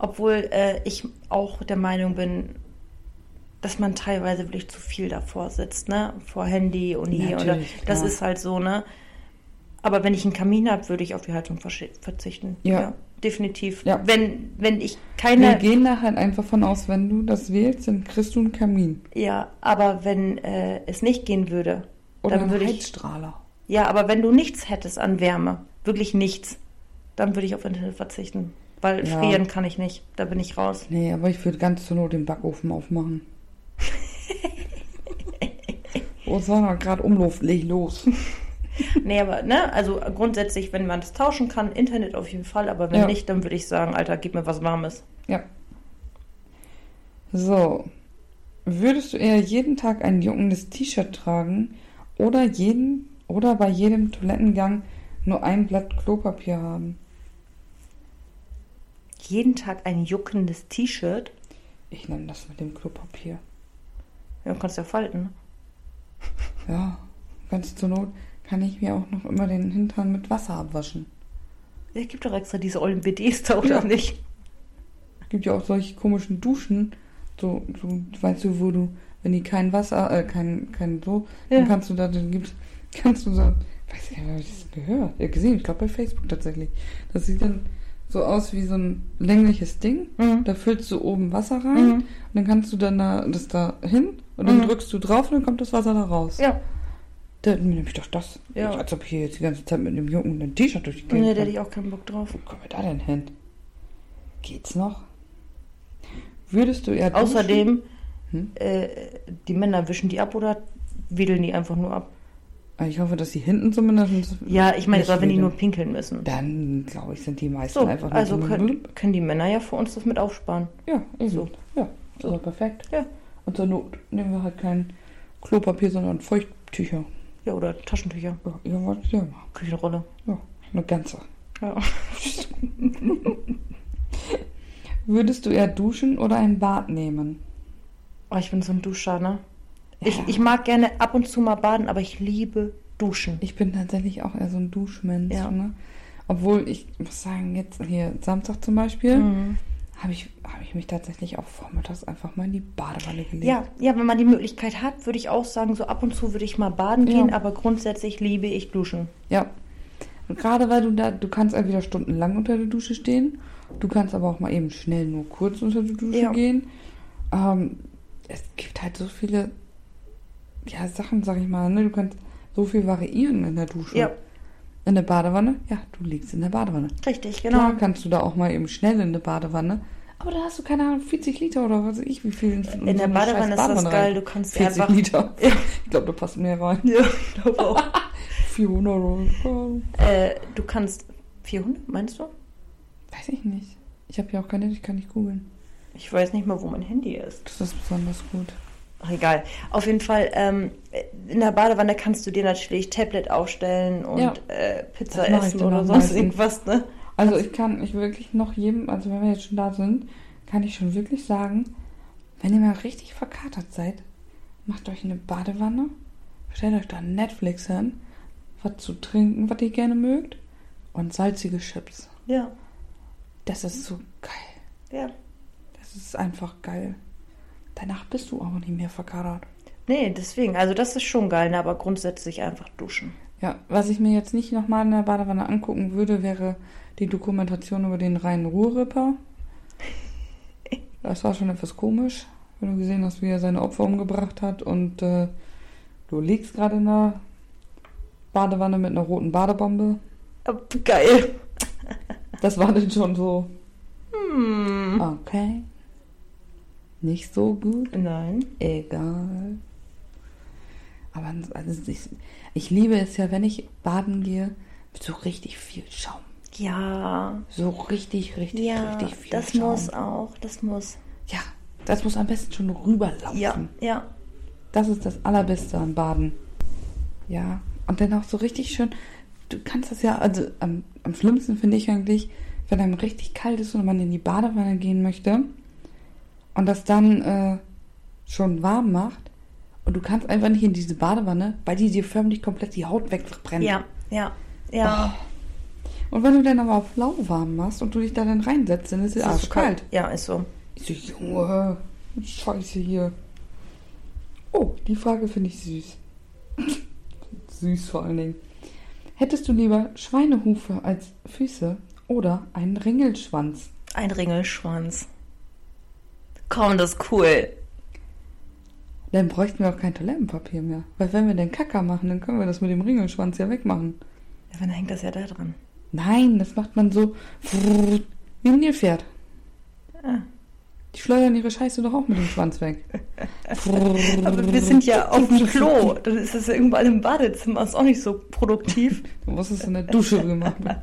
S2: Obwohl äh, ich auch der Meinung bin, dass man teilweise wirklich zu viel davor sitzt, ne? Vor Handy und hier oder
S1: Natürlich,
S2: das
S1: klar.
S2: ist halt so, ne? Aber wenn ich einen Kamin habe, würde ich auf die Heizung versch- verzichten.
S1: Ja.
S2: definitiv.
S1: Ja.
S2: Wenn, wenn ich
S1: Wir
S2: keine.
S1: gehen da halt einfach von aus, wenn du das wählst, dann kriegst du einen Kamin.
S2: ja, aber wenn äh, es nicht gehen würde,
S1: Oder
S2: dann würde
S1: einen
S2: ich.
S1: Heizstrahler.
S2: Ja, aber wenn du nichts hättest an Wärme, wirklich nichts, dann würde ich auf Internet verzichten. Weil
S1: Ja.
S2: frieren kann ich nicht. Da bin ich raus.
S1: Nee, aber ich würde ganz zur Not den Backofen aufmachen. Oh, Sonne, gerade Umluft, leg los.
S2: Nee, aber, ne, also grundsätzlich, wenn man das tauschen kann, Internet auf jeden Fall, aber wenn
S1: Ja.
S2: nicht, dann würde ich sagen, Alter, gib mir was Warmes.
S1: Ja. So. Würdest du eher jeden Tag ein juckendes T-Shirt tragen oder jeden oder bei jedem Toilettengang nur ein Blatt Klopapier haben?
S2: Jeden Tag ein juckendes T-Shirt.
S1: Ich nehme das mit dem Klopapier.
S2: Ja, du kannst ja falten.
S1: Ja, ganz zur Not kann ich mir auch noch immer den Hintern mit Wasser abwaschen.
S2: Es gibt doch extra diese ollen BDs da, oder
S1: Ja.
S2: nicht?
S1: Es gibt ja auch solche komischen Duschen, so, so weißt du, wo du, wenn die kein Wasser, äh, kein, kein so,
S2: Ja.
S1: dann kannst du da, dann gibt's, kannst du so, weiß ich nicht, habe ich das gehört, ja, gesehen, ich glaube bei Facebook tatsächlich. Das sieht dann so aus wie so ein längliches Ding,
S2: Mhm.
S1: da füllst du oben Wasser rein
S2: Mhm.
S1: und dann kannst du dann da, das da hin und dann
S2: Mhm.
S1: drückst du drauf und dann kommt das Wasser da raus.
S2: Ja.
S1: Dann nehme ich doch das.
S2: Ja.
S1: Als ob hier jetzt die ganze Zeit mit einem juckenden T-Shirt durch die Gegend
S2: Nee, da
S1: rennt.
S2: hätte ich auch keinen Bock drauf.
S1: Wo kommen wir da denn hin? Geht's noch? Würdest du eher duschen?
S2: Außerdem,
S1: Hm?
S2: äh, die Männer wischen die ab oder wedeln die einfach nur ab?
S1: Ah, Ich hoffe, dass die hinten zumindest.
S2: Ja, ich meine,
S1: nicht
S2: aber wenn die
S1: wedeln.
S2: nur pinkeln müssen.
S1: Dann, glaube ich, sind die meisten
S2: So,
S1: einfach
S2: also
S1: nur-
S2: können, können die Männer ja für uns das mit aufsparen.
S1: Ja, eben.
S2: So.
S1: Ja, ist aber perfekt.
S2: Ja.
S1: Und zur Not nehmen wir halt kein Klopapier, sondern Feuchttücher.
S2: Ja, oder Taschentücher,
S1: Ja, ja, was ja mal.
S2: Küchenrolle.
S1: Ja, eine ganze.
S2: Ja.
S1: Würdest du eher duschen oder ein Bad nehmen?
S2: Oh, ich bin so ein Duscher, ne? Ich,
S1: Ja.
S2: ich mag gerne ab und zu mal baden, aber ich liebe Duschen.
S1: Ich bin tatsächlich auch eher so ein Duschmensch.
S2: Ja.
S1: Ne? Obwohl ich muss sagen, jetzt hier Samstag zum Beispiel
S2: Mhm.
S1: habe ich, hab ich mich tatsächlich auch vormittags einfach mal in die Badewanne gelegt.
S2: Ja, ja, wenn man die Möglichkeit hat, würde ich auch sagen, so ab und zu würde ich mal baden gehen,
S1: Ja.
S2: aber grundsätzlich liebe ich Duschen.
S1: Ja. Und gerade weil du da, du kannst entweder stundenlang unter der Dusche stehen, du kannst aber auch mal eben schnell nur kurz unter die Dusche
S2: Ja.
S1: gehen. Ähm, es gibt halt so viele ja, Sachen, sag ich mal. Ne? Du kannst so viel variieren in der Dusche.
S2: Ja.
S1: In der Badewanne? Ja, du liegst in der Badewanne.
S2: Richtig,
S1: Klar
S2: genau.
S1: kannst du da auch mal eben schnell in eine Badewanne. Aber da hast du, keine Ahnung, 40 Liter oder was weiß ich, wie viel. In, so
S2: In der
S1: eine scheiß
S2: Badewanne ist das
S1: Badewanne
S2: geil,
S1: rein.
S2: du kannst
S1: 40
S2: einfach.
S1: Liter. Ich glaube, da passt mehr rein.
S2: Ja, ich glaube auch.
S1: 400 Euro.
S2: äh, du kannst 400, meinst du?
S1: Weiß ich nicht. Ich habe ja auch keine, ich kann nicht googeln.
S2: Ich weiß nicht mal, wo mein Handy ist.
S1: Das ist besonders gut.
S2: Ach, egal. Auf jeden Fall, ähm, in der Badewanne kannst du dir natürlich Tablet aufstellen und
S1: Ja.
S2: äh, Pizza
S1: Das mach ich
S2: essen
S1: dann
S2: oder
S1: am
S2: sonst
S1: meisten.
S2: irgendwas, ne?
S1: Also ich kann, ich wirklich noch jedem, also wenn wir jetzt schon da sind, kann ich schon wirklich sagen, wenn ihr mal richtig verkatert seid, macht euch eine Badewanne, stellt euch da Netflix hin, was zu trinken, was ihr gerne mögt und salzige Chips.
S2: Ja,
S1: Das ist so geil.
S2: ja.
S1: Das ist einfach geil. Danach bist du aber nicht mehr verkatert.
S2: Nee, deswegen, also das ist schon geil, ne? aber grundsätzlich einfach duschen.
S1: Ja, was ich mir jetzt nicht nochmal in der Badewanne angucken würde, wäre die Dokumentation über den Rhein-Ruhr-Ripper. Das war schon etwas komisch, wenn du gesehen hast, wie er seine Opfer umgebracht hat und äh, du liegst gerade in der Badewanne mit einer roten Badebombe.
S2: Ab- Äh, Geil.
S1: Das war dann schon so,
S2: Hm.
S1: okay, nicht so gut,
S2: Nein.
S1: egal. Aber ans- also ich, ich liebe es ja, wenn ich baden gehe, mit so richtig viel Schaum.
S2: Ja.
S1: So richtig, richtig,
S2: Ja,
S1: richtig viel
S2: das
S1: Schaum.
S2: muss auch, das muss.
S1: Ja, das muss am besten schon rüberlaufen.
S2: Ja, ja.
S1: Das ist das Allerbeste am Baden. Ja, und dann auch so richtig schön. Du kannst das ja, also am, am schlimmsten finde ich eigentlich, wenn einem richtig kalt ist und man in die Badewanne gehen möchte und das dann äh, schon warm macht und du kannst einfach nicht in diese Badewanne, weil die dir förmlich komplett die Haut wegbrennt.
S2: Ja, ja, ja.
S1: Und wenn du dann aber auf lauwarm machst und du dich da dann reinsetzt, dann ist es
S2: Ist so
S1: arschkalt.
S2: Ja, ist so.
S1: Ich so, Junge, scheiße hier. Oh, die Frage finde ich süß. süß vor allen Dingen. Hättest du lieber Schweinehufe als Füße oder einen Ringelschwanz?
S2: Ein Ringelschwanz. Komm, das ist cool.
S1: Dann bräuchten wir auch kein Toilettenpapier mehr. Weil wenn wir den Kacker machen, dann können wir das mit dem Ringelschwanz ja wegmachen.
S2: Ja, dann hängt das ja da dran.
S1: Nein, das macht man so wie ein Nilpferd.
S2: Ah.
S1: Die schleudern ihre Scheiße doch auch mit dem Schwanz weg.
S2: Aber wir sind ja auf dem Klo. Dann ist das ja überall im Badezimmer. Ist auch nicht so produktiv.
S1: Du musst es in der Dusche gemacht werden.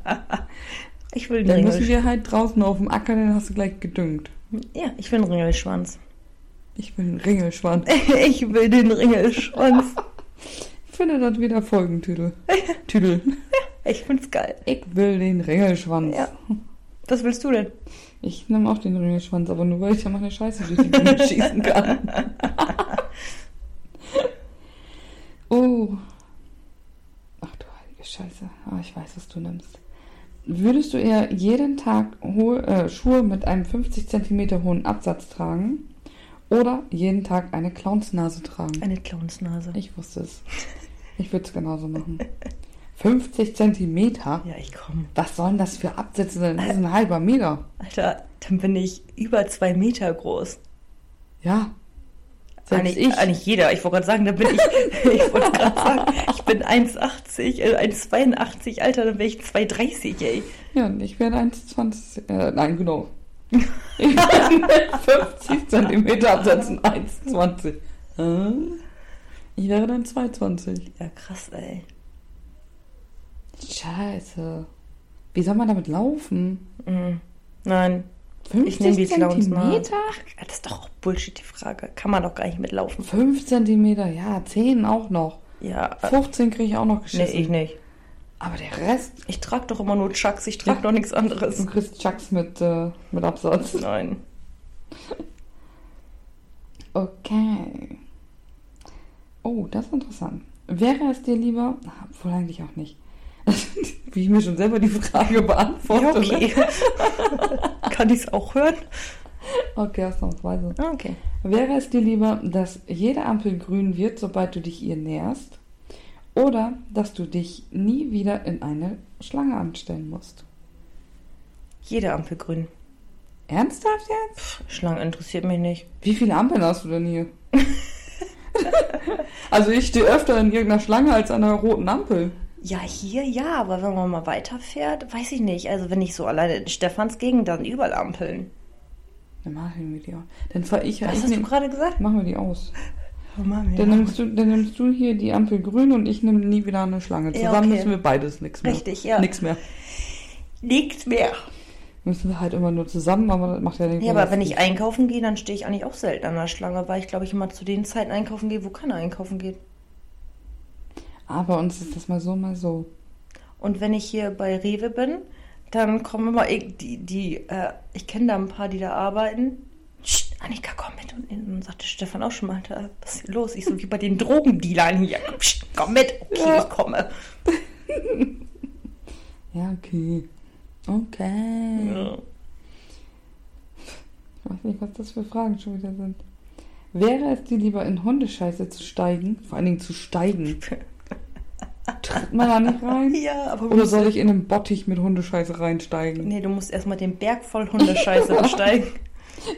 S2: Ich will einen
S1: Dann müssen
S2: Ringelschwanz.
S1: wir halt draußen auf dem Acker, dann hast du gleich gedüngt.
S2: Ja, ich will einen Ringelschwanz.
S1: Ich bin ein Ringelschwanz.
S2: Ich will den Ringelschwanz.
S1: Ich finde das wieder Folgentitel. Titel.
S2: Ich find's geil.
S1: Ich will den Ringelschwanz.
S2: Ja. Was willst du denn?
S1: Ich nehme auch den Ringelschwanz, aber nur weil ich ja meine Scheiße durch die Bühne schießen kann. oh. Ach du heilige Scheiße. Ah, ich weiß, was du nimmst. Würdest du eher jeden Tag hohe, äh, Schuhe mit einem 50 cm hohen Absatz tragen oder jeden Tag eine Clownsnase tragen?
S2: Eine Clownsnase.
S1: Ich wusste es. Ich würde es genauso machen. 50 Zentimeter?
S2: Ja, ich komm.
S1: Was sollen das für Absätze sein? Das ist ein halber Meter.
S2: Alter, dann bin ich über zwei Meter groß.
S1: Ja. Selbst
S2: Eigentlich,
S1: ich.
S2: eigentlich jeder. Ich wollte gerade sagen, da bin ich. ich wollte gerade sagen, ich bin 1,80, äh, 1,82, Alter, dann bin ich 2,30, ey.
S1: Ja, und ich werde 1,20. Äh, nein, genau. Ich bin mit 50 Zentimeter Absätzen 1,20. Äh, Ich wäre dann 2,20.
S2: Ja, krass, ey.
S1: Scheiße. Wie soll man damit laufen?
S2: Mhm. Nein. Ich
S1: 50
S2: nehme die Clownsnase.
S1: Zentimeter?
S2: Ach, Das ist doch auch Bullshit, die Frage. Kann man doch gar nicht mitlaufen.
S1: 5 Zentimeter, ja, 10 auch noch.
S2: Ja, äh,
S1: 15 kriege ich auch noch
S2: nee,
S1: geschissen.
S2: ich nicht.
S1: Aber der Rest,
S2: Ich trage doch immer nur Chucks, ich trage
S1: Ja.
S2: doch nichts anderes.
S1: du kriegst Chucks mit, äh, mit Absatz.
S2: Nein.
S1: Okay. Oh, das ist interessant. Wäre es dir lieber, ah, obwohl eigentlich auch nicht, wie ich mir schon selber die Frage beantworte.
S2: Ja,
S1: ne?
S2: okay. Kann ich es auch hören?
S1: okay ausnahmsweise.
S2: Ah, Okay.
S1: Wäre es dir lieber, dass jede Ampel grün wird, sobald du dich ihr näherst, oder dass du dich nie wieder in eine Schlange anstellen musst?
S2: Jede Ampel grün.
S1: Ernsthaft jetzt?
S2: Pff, Schlangen interessiert mich nicht.
S1: Wie viele Ampeln hast du denn hier? also ich stehe öfter in irgendeiner Schlange als an einer roten Ampel.
S2: Ja, hier ja, aber wenn man mal weiterfährt, weiß ich nicht. Also wenn ich so alleine in Stefans Gegend, dann überall Ampeln.
S1: Dann mach ich mir die aus. Dann fahr ich ja.
S2: Was
S1: ich
S2: hast du
S1: nehm-
S2: gerade gesagt?
S1: Machen wir die aus.
S2: Oh Mann,
S1: Dann, nimmst du, dann nimmst du hier die Ampel grün und ich nehme nie wieder eine Schlange.
S2: Ja,
S1: Zusammen
S2: okay.
S1: müssen wir beides nichts mehr.
S2: Richtig, ja.
S1: Nichts mehr.
S2: Nichts mehr.
S1: Müssen wir halt immer nur zusammen, aber das macht ja nichts
S2: Ja, aber wenn ich einkaufen gehe, dann stehe ich eigentlich auch selten an der Schlange, weil ich glaube ich immer zu den Zeiten einkaufen gehe, wo keiner einkaufen geht.
S1: Aber uns ist das mal so, mal so.
S2: Und wenn ich hier bei Rewe bin, dann kommen immer irg- die, die äh, ich kenne da ein paar, die da arbeiten. Psst, Annika, komm mit. Und dann sagte Stefan auch schon mal, Alter, was ist hier los? Ich so wie bei den Drogendealern hier. Psst, komm mit. Okay,
S1: Ja.
S2: ich komme.
S1: Ja, okay. Okay.
S2: Ja.
S1: Ich weiß nicht, was das für Fragen schon wieder sind. Wäre es dir lieber in Hundescheiße zu steigen? Vor allen Dingen zu steigen. Tritt man da nicht rein?
S2: Ja, aber
S1: Oder soll ich in einen Bottich mit Hundescheiße reinsteigen?
S2: Nee, du musst erstmal den Berg voll Hundescheiße besteigen.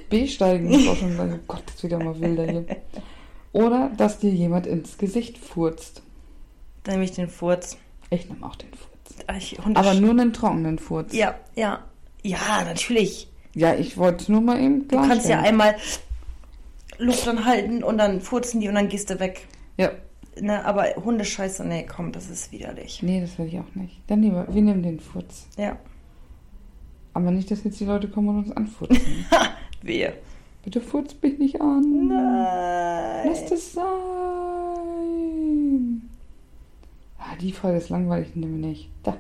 S1: B-Steigen ist auch schon gleich. Oh Gott, ist wieder mal wilder hier. Oder dass dir jemand ins Gesicht furzt.
S2: Dann nehme ich den Furz.
S1: Ich nehme auch den Furz.
S2: Ah, ich- Hundesch-
S1: Aber nur einen trockenen Furz.
S2: Ja, ja. Ja, natürlich.
S1: Ja, ich wollte es nur mal eben
S2: Du kannst ja
S1: klarstellen.
S2: einmal Luft anhalten und dann furzen die und dann gehst du weg.
S1: Ja,
S2: Ne, aber Hundescheiße, nee, komm, das ist widerlich.
S1: nee, das will ich auch nicht. Dann nehmen wir, wir nehmen den Furz.
S2: Ja,
S1: Aber nicht, dass jetzt die Leute kommen und uns anfurzen.
S2: wehe.
S1: Bitte furz mich nicht an. Lass
S2: Nein.
S1: das sein. Ah, die Folge ist langweilig, nehmen wir nicht. Da.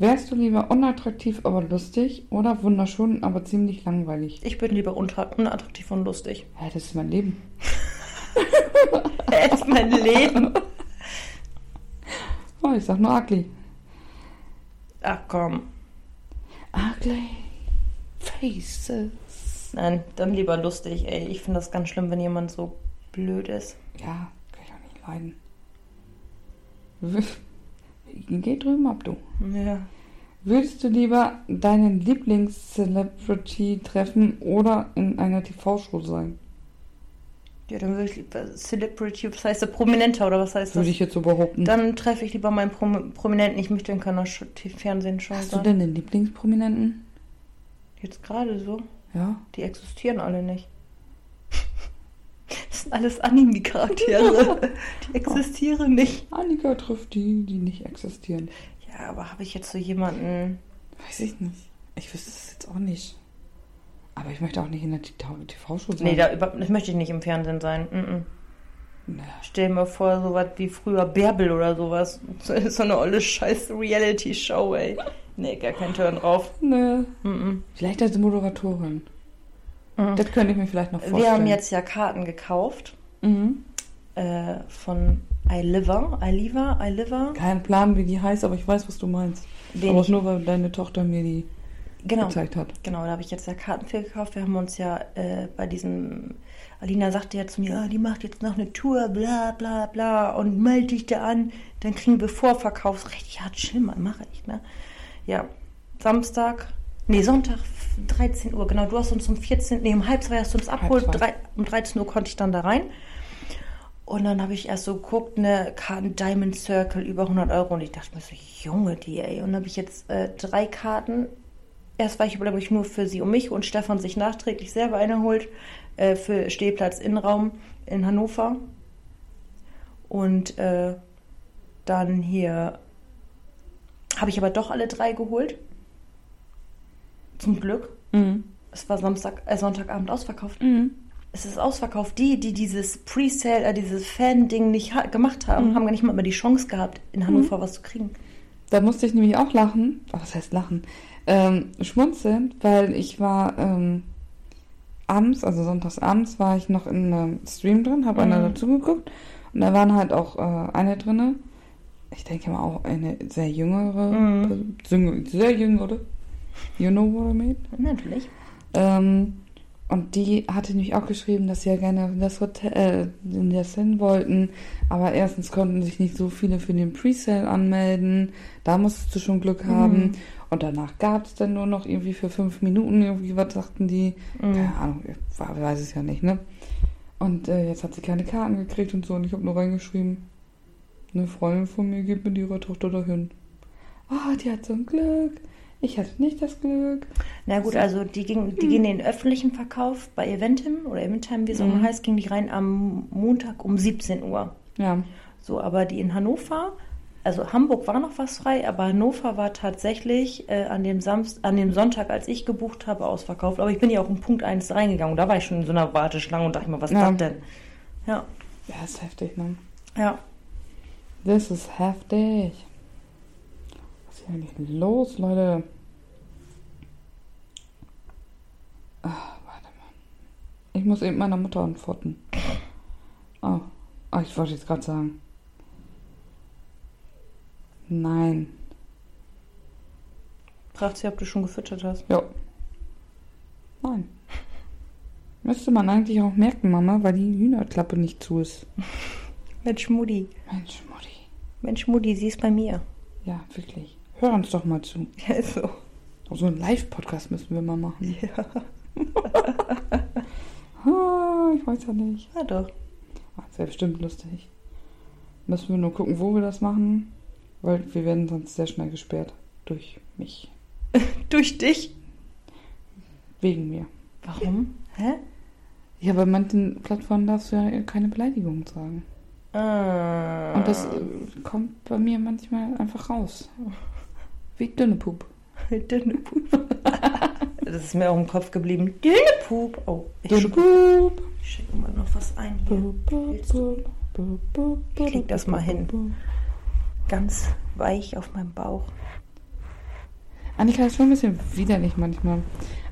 S1: Wärst du lieber unattraktiv, aber lustig oder wunderschön, aber ziemlich langweilig?
S2: Ich bin lieber unter- unattraktiv und lustig.
S1: Ja, das ist
S2: Das ist Äh, mein
S1: mein Leben.
S2: Leben.
S1: Oh, ich sag nur ugly.
S2: Ach komm.
S1: Ugly faces.
S2: Nein, dann lieber lustig, ey. Ich finde das ganz schlimm, wenn jemand so blöd ist.
S1: Ja, kann ich auch nicht leiden. W- Geh drüben ab, du.
S2: Ja.
S1: Würdest du lieber deinen Lieblings-Celebrity treffen oder in einer TV-Show sein?
S2: Ja, dann würde ich lieber Celebrity, was heißt der Prominenter oder was heißt das?
S1: Würde ich jetzt so behaupten.
S2: Dann treffe ich lieber meinen Prom Prominenten. Ich möchte in keiner Sch- T- Fernsehen schon
S1: Hast du
S2: sein.
S1: denn den Lieblingsprominenten?
S2: Jetzt gerade so.
S1: Ja.
S2: Die existieren alle nicht. Das sind alles Anime-Charaktere. Die existieren nicht.
S1: Annika trifft die, die nicht existieren.
S2: Ja, aber habe ich jetzt so jemanden.
S1: Weiß ich nicht. Ich wüsste es jetzt auch nicht. Aber ich möchte auch nicht in der TV-Show sein.
S2: Nee, da über, das möchte ich nicht im Fernsehen sein. Mm -mm.
S1: Naja.
S2: Stell mir vor, sowas wie früher Bärbel oder sowas. So, so eine olle scheiß Reality-Show, ey. Nee, gar kein Turn drauf.
S1: Nee.
S2: Mm -mm.
S1: Vielleicht als Moderatorin.
S2: Mhm.
S1: Das könnte ich mir vielleicht noch vorstellen.
S2: Wir haben jetzt ja Karten gekauft
S1: Mhm.
S2: äh, von iLiver. iLiver? iLiver?
S1: Kein Plan, wie die heißt, aber ich weiß, was du meinst.
S2: Den
S1: aber
S2: ich,
S1: nur, weil deine Tochter mir die
S2: genau,
S1: gezeigt hat.
S2: genau, da habe ich jetzt ja Karten für gekauft. Wir haben uns ja äh, bei diesem. Alina sagte ja zu mir, ah, die macht jetzt noch eine Tour, bla bla bla, und melde dich da an, dann kriegen wir Vorverkauf. So Richtig hart, chill mal, mache ich, ne? Ja, Samstag, nee, Sonntag, 13 Uhr, genau. Du hast uns um 14, nee, um halb zwei hast du uns abgeholt.
S1: zwei.
S2: Drei, um 13 Uhr konnte ich dann da rein. Und dann habe ich erst so geguckt, ne, Karten Diamond Circle über 100 Euro. Und ich dachte mir so, Junge, die, ey. Und dann habe ich jetzt äh, drei Karten. Erst war ich überlegt, ob ich nur für sie und mich und Stefan sich nachträglich selber eine holt. Äh, für Stehplatz Innenraum in Hannover. Und äh, dann hier habe ich aber doch alle drei geholt. Zum Glück.
S1: Mhm.
S2: Es war Samstag, äh, Sonntagabend ausverkauft.
S1: Mhm.
S2: Es ist ausverkauft. Die, die dieses Pre-Sale, äh, dieses Fan-Ding nicht ha gemacht
S1: Mhm.
S2: haben, haben gar nicht mal mehr die Chance gehabt, in Hannover was zu kriegen.
S1: Da musste ich nämlich auch lachen. Oh, Was heißt lachen? Ähm, schmunzeln, weil ich war ähm, abends, also sonntagsabends, war ich noch in einem Stream drin, habe einer
S2: Mhm.
S1: dazugeguckt. Und da waren halt auch äh, eine drinne. Ich denke mal auch eine sehr jüngere,
S2: Mhm.
S1: Person- sehr jüngere. You know what I mean?
S2: Natürlich.
S1: Ähm, und die hatte nämlich auch geschrieben, dass sie ja gerne in das Hotel, äh, in das hin wollten. Aber erstens konnten sich nicht so viele für den Presale anmelden. Da musstest du schon Glück haben.
S2: Mhm.
S1: Und danach gab es dann nur noch irgendwie für fünf Minuten irgendwie, was sagten die?
S2: Mhm.
S1: Keine Ahnung, ich wa- weiß es ja nicht, ne? Und äh, jetzt hat sie keine Karten gekriegt und so. Und ich habe nur reingeschrieben, eine Freundin von mir geht mit ihrer Tochter dahin. Ah, die hat so ein Glück. Ich hatte nicht das Glück.
S2: Na gut, also die, ging,
S1: Mhm.
S2: die gehen in den öffentlichen Verkauf bei Eventim oder Eventim, wie es auch immer
S1: Mhm.
S2: heißt, ging die rein am Montag um 17 Uhr.
S1: Ja.
S2: So, aber die in Hannover, also Hamburg war noch was frei, aber Hannover war tatsächlich äh, an, dem Samst an dem Sonntag, als ich gebucht habe, ausverkauft. Aber ich bin ja auch um Punkt 1 reingegangen. und Da war ich schon in so einer Warteschlange und dachte mir, was ist
S1: Ja.
S2: das denn? Ja,
S1: Ja, ist heftig, ne?
S2: ja.
S1: Das ist heftig. Was ist hier eigentlich los, Leute? Ah, warte mal. Ich muss eben meiner Mutter antworten. Oh, Ah, ich wollte jetzt gerade sagen. Nein.
S2: Fragt sie, ob du schon gefüttert hast.
S1: Jo. Nein. Müsste man eigentlich auch merken, Mama, weil die Hühnerklappe nicht zu ist.
S2: Mensch, Mutti.
S1: Mensch, Mutti.
S2: Mensch, Mutti, sie ist bei mir.
S1: Ja, wirklich. Hör uns doch mal zu.
S2: Ja, ist so.
S1: So einen Live-Podcast müssen wir mal machen.
S2: Ja.
S1: Ah, ich weiß ja nicht.
S2: Ja, doch.
S1: Ah, Das wäre bestimmt lustig. Müssen wir nur gucken, wo wir das machen, weil wir werden sonst sehr schnell gesperrt. Durch mich.
S2: Durch dich?
S1: Wegen mir.
S2: Warum? Hä?
S1: Ja, bei manchen Plattformen darfst du ja keine Beleidigung sagen.
S2: Ah.
S1: Und das äh, kommt bei mir manchmal einfach raus. Wie dünne Pup.
S2: Dünne Pup. Halt das ist mir auch im Kopf geblieben. Dünne Pup. Oh, ich
S1: Dünne Pup.
S2: schicke mal noch was ein hier.
S1: Pup, pup, pup, pup, pup,
S2: Ich krieg das mal hin.
S1: pup, pup.
S2: Ganz weich auf meinem Bauch.
S1: Annika ist schon ein bisschen widerlich manchmal.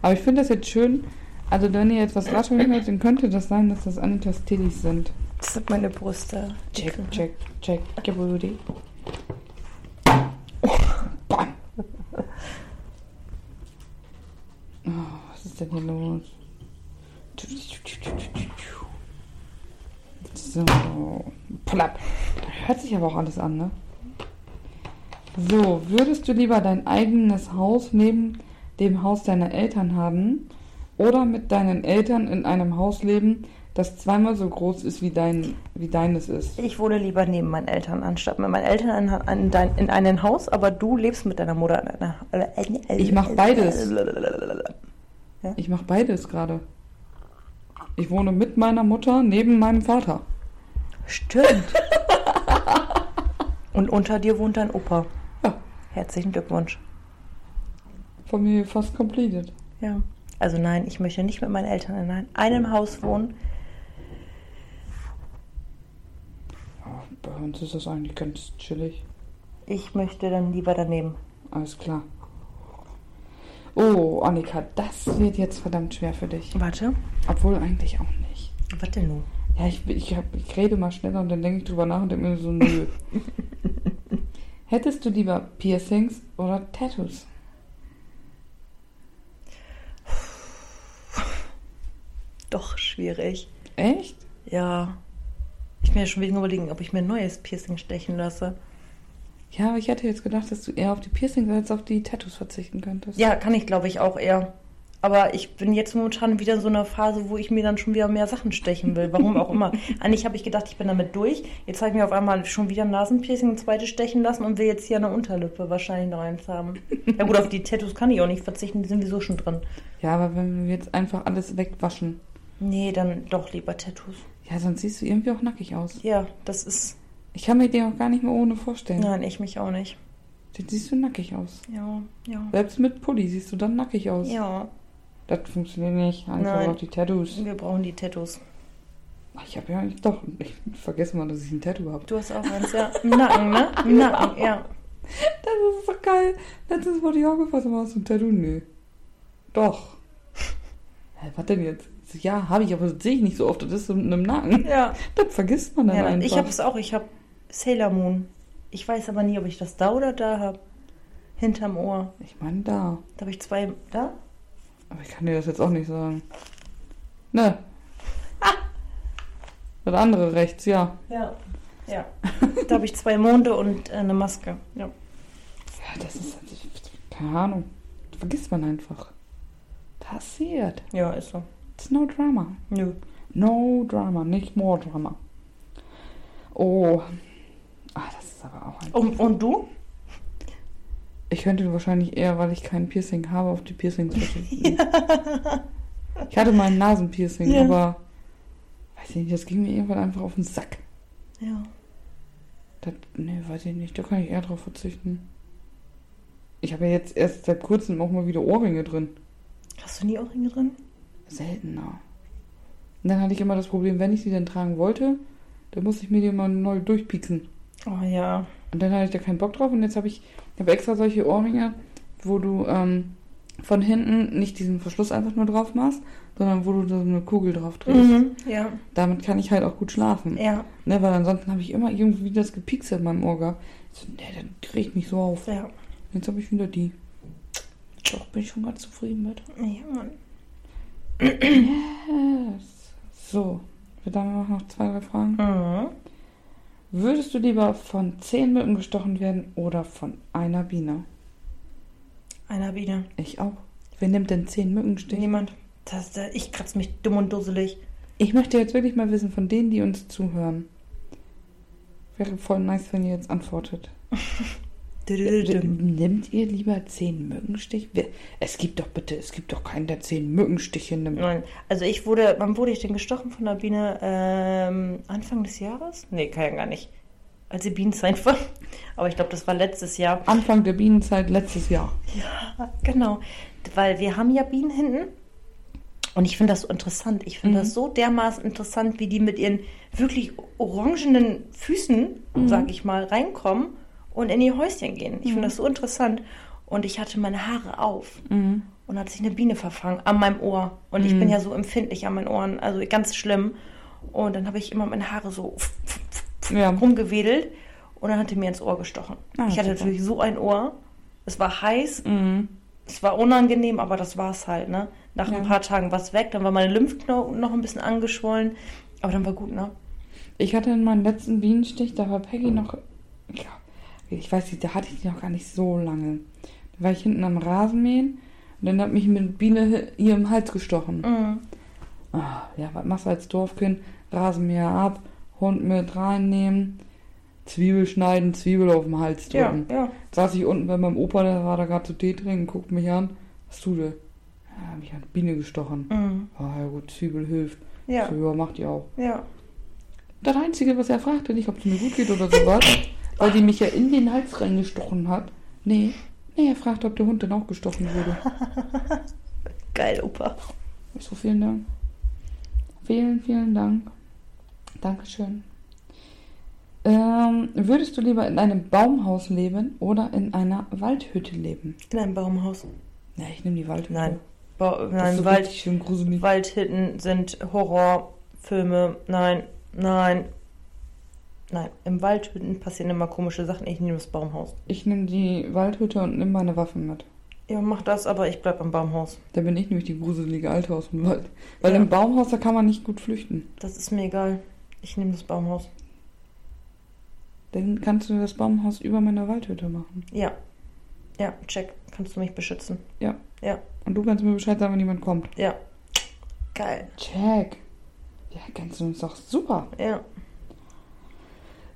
S1: Aber ich finde das jetzt schön. Also, wenn ihr jetzt was rascheln hört, dann könnte das sein, dass das Anikas Tillys sind.
S2: Das sind meine Brüste.
S1: Check, check, check, your booty. Oh, bam. Oh, was ist denn hier los? So. Plapp. Hört sich aber auch alles an, ne? So, würdest du lieber dein eigenes Haus neben dem Haus deiner Eltern haben oder mit deinen Eltern in einem Haus leben, das zweimal so groß ist wie dein wie deines ist?
S2: Ich wohne lieber neben meinen Eltern, anstatt mit meinen Eltern in, in, dein, in einem Haus, aber du lebst mit deiner Mutter in einer.
S1: Ich mach beides. Ich mache beides gerade. Ich wohne mit meiner Mutter neben meinem Vater.
S2: Stimmt. Und unter dir wohnt dein Opa.
S1: Ja.
S2: Herzlichen Glückwunsch.
S1: Familie fast completed.
S2: Ja. Also nein, ich möchte nicht mit meinen Eltern in einem Haus wohnen.
S1: Ja, bei uns ist das eigentlich ganz chillig.
S2: Ich möchte dann lieber daneben.
S1: Alles klar. Oh, Annika, das wird jetzt verdammt schwer für dich.
S2: Warte.
S1: Obwohl eigentlich auch nicht.
S2: Was denn nun?
S1: Ja, ich, ich, hab, ich rede mal schneller und dann denke ich drüber nach und denke mir so, nö. Hättest du lieber Piercings oder Tattoos?
S2: Doch, schwierig.
S1: Echt?
S2: Ja. Ich bin ja schon wegen überlegen, ob ich mir ein neues Piercing stechen lasse.
S1: Ja, aber ich hätte jetzt gedacht, dass du eher auf die Piercings als auf die Tattoos verzichten könntest.
S2: Ja, kann ich glaube ich auch eher. Aber ich bin jetzt momentan wieder in so einer Phase, wo ich mir dann schon wieder mehr Sachen stechen will. Warum auch immer. Eigentlich habe ich gedacht, ich bin damit durch. Jetzt habe ich mir auf einmal schon wieder ein Nasenpiercing, ein zweites stechen lassen und will jetzt hier eine Unterlippe wahrscheinlich noch eins haben. Ja gut, auf die Tattoos kann ich auch nicht verzichten, die sind wieso schon drin.
S1: Ja, aber wenn wir jetzt einfach alles wegwaschen.
S2: Nee, dann doch lieber Tattoos.
S1: Ja, sonst siehst du irgendwie auch nackig aus.
S2: Ja, das ist...
S1: Ich kann mir die auch gar nicht mehr ohne vorstellen.
S2: Nein, ich mich auch nicht.
S1: Dann siehst du nackig aus.
S2: Ja, ja.
S1: Selbst mit Pulli siehst du dann nackig aus.
S2: Ja,
S1: Das funktioniert nicht. Einfach
S2: Nein.
S1: auch die Tattoos.
S2: wir brauchen die Tattoos.
S1: Ach, Ich habe ja eigentlich doch. Ich vergesse mal, dass ich ein Tattoo habe.
S2: Du hast auch eins, ja. Im Nacken, ne? Im Nacken, ja.
S1: Das ist so geil. Letztens wurde ich auch gefasst, aber hast du ein Tattoo? Nö. Doch. Hä, was denn jetzt? Ich so, Ja, habe ich, aber das sehe ich nicht so oft. Das ist so mit einem Nacken.
S2: Ja.
S1: Das vergisst man dann
S2: ja
S1: einfach.
S2: ich habe es auch. Ich habe Sailor Moon. Ich weiß aber nie, ob ich das da oder da habe. Hinterm Ohr.
S1: ich meine, da.
S2: Da habe ich zwei. Da?
S1: Aber ich kann dir das jetzt auch nicht sagen. Ne. Das andere rechts, ja.
S2: Ja. Ja. Da habe ich zwei Monde und äh, eine Maske. Ja.
S1: Ja, das ist. Keine Ahnung. Das vergisst man einfach. Passiert.
S2: Ja, ist so.
S1: It's no drama.
S2: Nö.
S1: No drama, nicht more drama. Oh. Ah, das ist aber auch ein.
S2: Und, und du?
S1: Ich könnte wahrscheinlich eher, weil ich kein Piercing habe, auf die Piercings verzichten. Ich hatte mal ein Nasenpiercing,
S2: Ja.
S1: aber. Weiß ich nicht, das ging mir irgendwann einfach auf den Sack.
S2: Ja.
S1: Das, nee, weiß ich nicht, da kann ich eher drauf verzichten. Ich habe ja jetzt erst seit kurzem auch mal wieder Ohrringe drin.
S2: Hast du nie Ohrringe drin?
S1: Seltener. Und dann hatte ich immer das Problem, wenn ich die dann tragen wollte, dann musste ich mir die immer neu durchpieksen.
S2: Oh ja.
S1: Und dann hatte ich da keinen Bock drauf und jetzt habe ich, ich habe extra solche Ohrringe, wo du ähm, von hinten nicht diesen Verschluss einfach nur drauf machst, sondern wo du da so eine Kugel drauf drehst.
S2: Mhm. Ja.
S1: Damit kann ich halt auch gut schlafen.
S2: Ja.
S1: Ne, weil ansonsten habe ich immer irgendwie das gepiekselt in meinem Ohr gehabt. Ich So, ne, dann kriege ich mich so auf.
S2: Ja.
S1: Jetzt habe ich wieder die. Doch, bin ich schon ganz zufrieden mit.
S2: Ja, Mann.
S1: Yes. So, wir dann noch zwei, drei Fragen.
S2: Mhm.
S1: Würdest du lieber von zehn Mücken gestochen werden oder von einer Biene?
S2: Einer Biene.
S1: Ich auch. Wer nimmt denn zehn Mückenstiche?
S2: Niemand. Das, das, ich kratze mich dumm und dusselig.
S1: Ich möchte jetzt wirklich mal wissen von denen, die uns zuhören. Wäre voll nice, wenn ihr jetzt antwortet. Nimmt ihr lieber zehn Mückenstiche? Wer- Es gibt doch bitte, es gibt doch keinen, der zehn Mückenstiche nimmt.
S2: Nein. Also ich wurde, wann wurde ich denn gestochen von der Biene? Ähm, Anfang des Jahres? Nee, kann ja gar nicht. Als die Bienenzeit war. Aber ich glaube, das war letztes Jahr.
S1: Anfang der Bienenzeit letztes Jahr.
S2: Genau. Weil wir haben ja Bienen hinten. Und ich finde das so interessant. Ich finde
S1: Mhm.
S2: das so dermaßen interessant, wie die mit ihren wirklich orangenen
S1: Mhm.
S2: Füßen, sag ich mal, reinkommen und in ihr Häuschen gehen. Ich finde das so interessant. und ich hatte meine Haare auf
S1: Mhm.
S2: und hat sich eine Biene verfangen an meinem Ohr. Und ich
S1: Mhm.
S2: bin ja so empfindlich an meinen Ohren, also ganz schlimm. Und dann habe ich immer meine Haare so
S1: Ja.
S2: rumgewedelt und dann hat die mir ins Ohr gestochen.
S1: Ah,
S2: ich hatte
S1: super.
S2: natürlich so ein Ohr. Es war heiß,
S1: Mhm.
S2: es war unangenehm, aber das war's halt, ne? Nach
S1: Ja.
S2: ein paar Tagen war es weg, dann war meine Lymphknoten noch ein bisschen angeschwollen, aber dann war gut, ne?
S1: Ich hatte in meinem letzten Bienenstich, da war Peggy noch, ich glaub, ich weiß nicht, da hatte ich die noch gar nicht so lange. Da war ich hinten am Rasenmähen und dann hat mich eine Biene hier im Hals gestochen.
S2: Mhm.
S1: Ah, ja, was machst du als Dorfkind? Rasenmäher ab, Hund mit reinnehmen, Zwiebel schneiden, Zwiebel auf den Hals
S2: Ja,
S1: drücken.
S2: ja.
S1: Saß ich unten bei meinem Opa, der war da gerade zu Tee trinken, guckt mich an. Was tut er? Ja, mich hat eine Biene gestochen.
S2: Mhm.
S1: Ah, ja gut, Zwiebel hilft.
S2: Ja,
S1: So, ja, macht die auch.
S2: ja.
S1: Das Einzige, was er fragte, nicht, ob es mir gut geht oder sowas, weil die mich ja in den Hals reingestochen hat. Nee, nee, er fragte, ob der Hund dann auch gestochen wurde.
S2: Geil, Opa.
S1: Ich So, vielen Dank. Vielen, vielen Dank. Dankeschön. Ähm, würdest du lieber in einem Baumhaus leben oder in einer Waldhütte leben?
S2: In einem Baumhaus.
S1: Ja, ich nehme die Waldhütte.
S2: Nein. Ba
S1: Das ist
S2: nein,
S1: so
S2: Wald.
S1: richtig schön gruselig.
S2: Waldhütten sind Horrorfilme. Nein, nein, nein. Im Waldhütten passieren immer komische Sachen. Ich nehme das Baumhaus.
S1: Ich nehme die Waldhütte und nehme meine Waffen mit.
S2: Ja, mach das, aber ich bleib am Baumhaus.
S1: Da bin ich nämlich die gruselige Alte aus dem Wald. Weil
S2: Ja.
S1: im Baumhaus, da kann man nicht gut flüchten.
S2: Das ist mir egal. Ich nehme das Baumhaus.
S1: Dann kannst du das Baumhaus über meiner Waldhütte machen.
S2: Ja. Ja, check. Kannst du mich beschützen?
S1: Und du kannst mir Bescheid sagen, wenn jemand kommt.
S2: Ja. Geil.
S1: Check. Ja, kennst du uns doch super.
S2: Ja.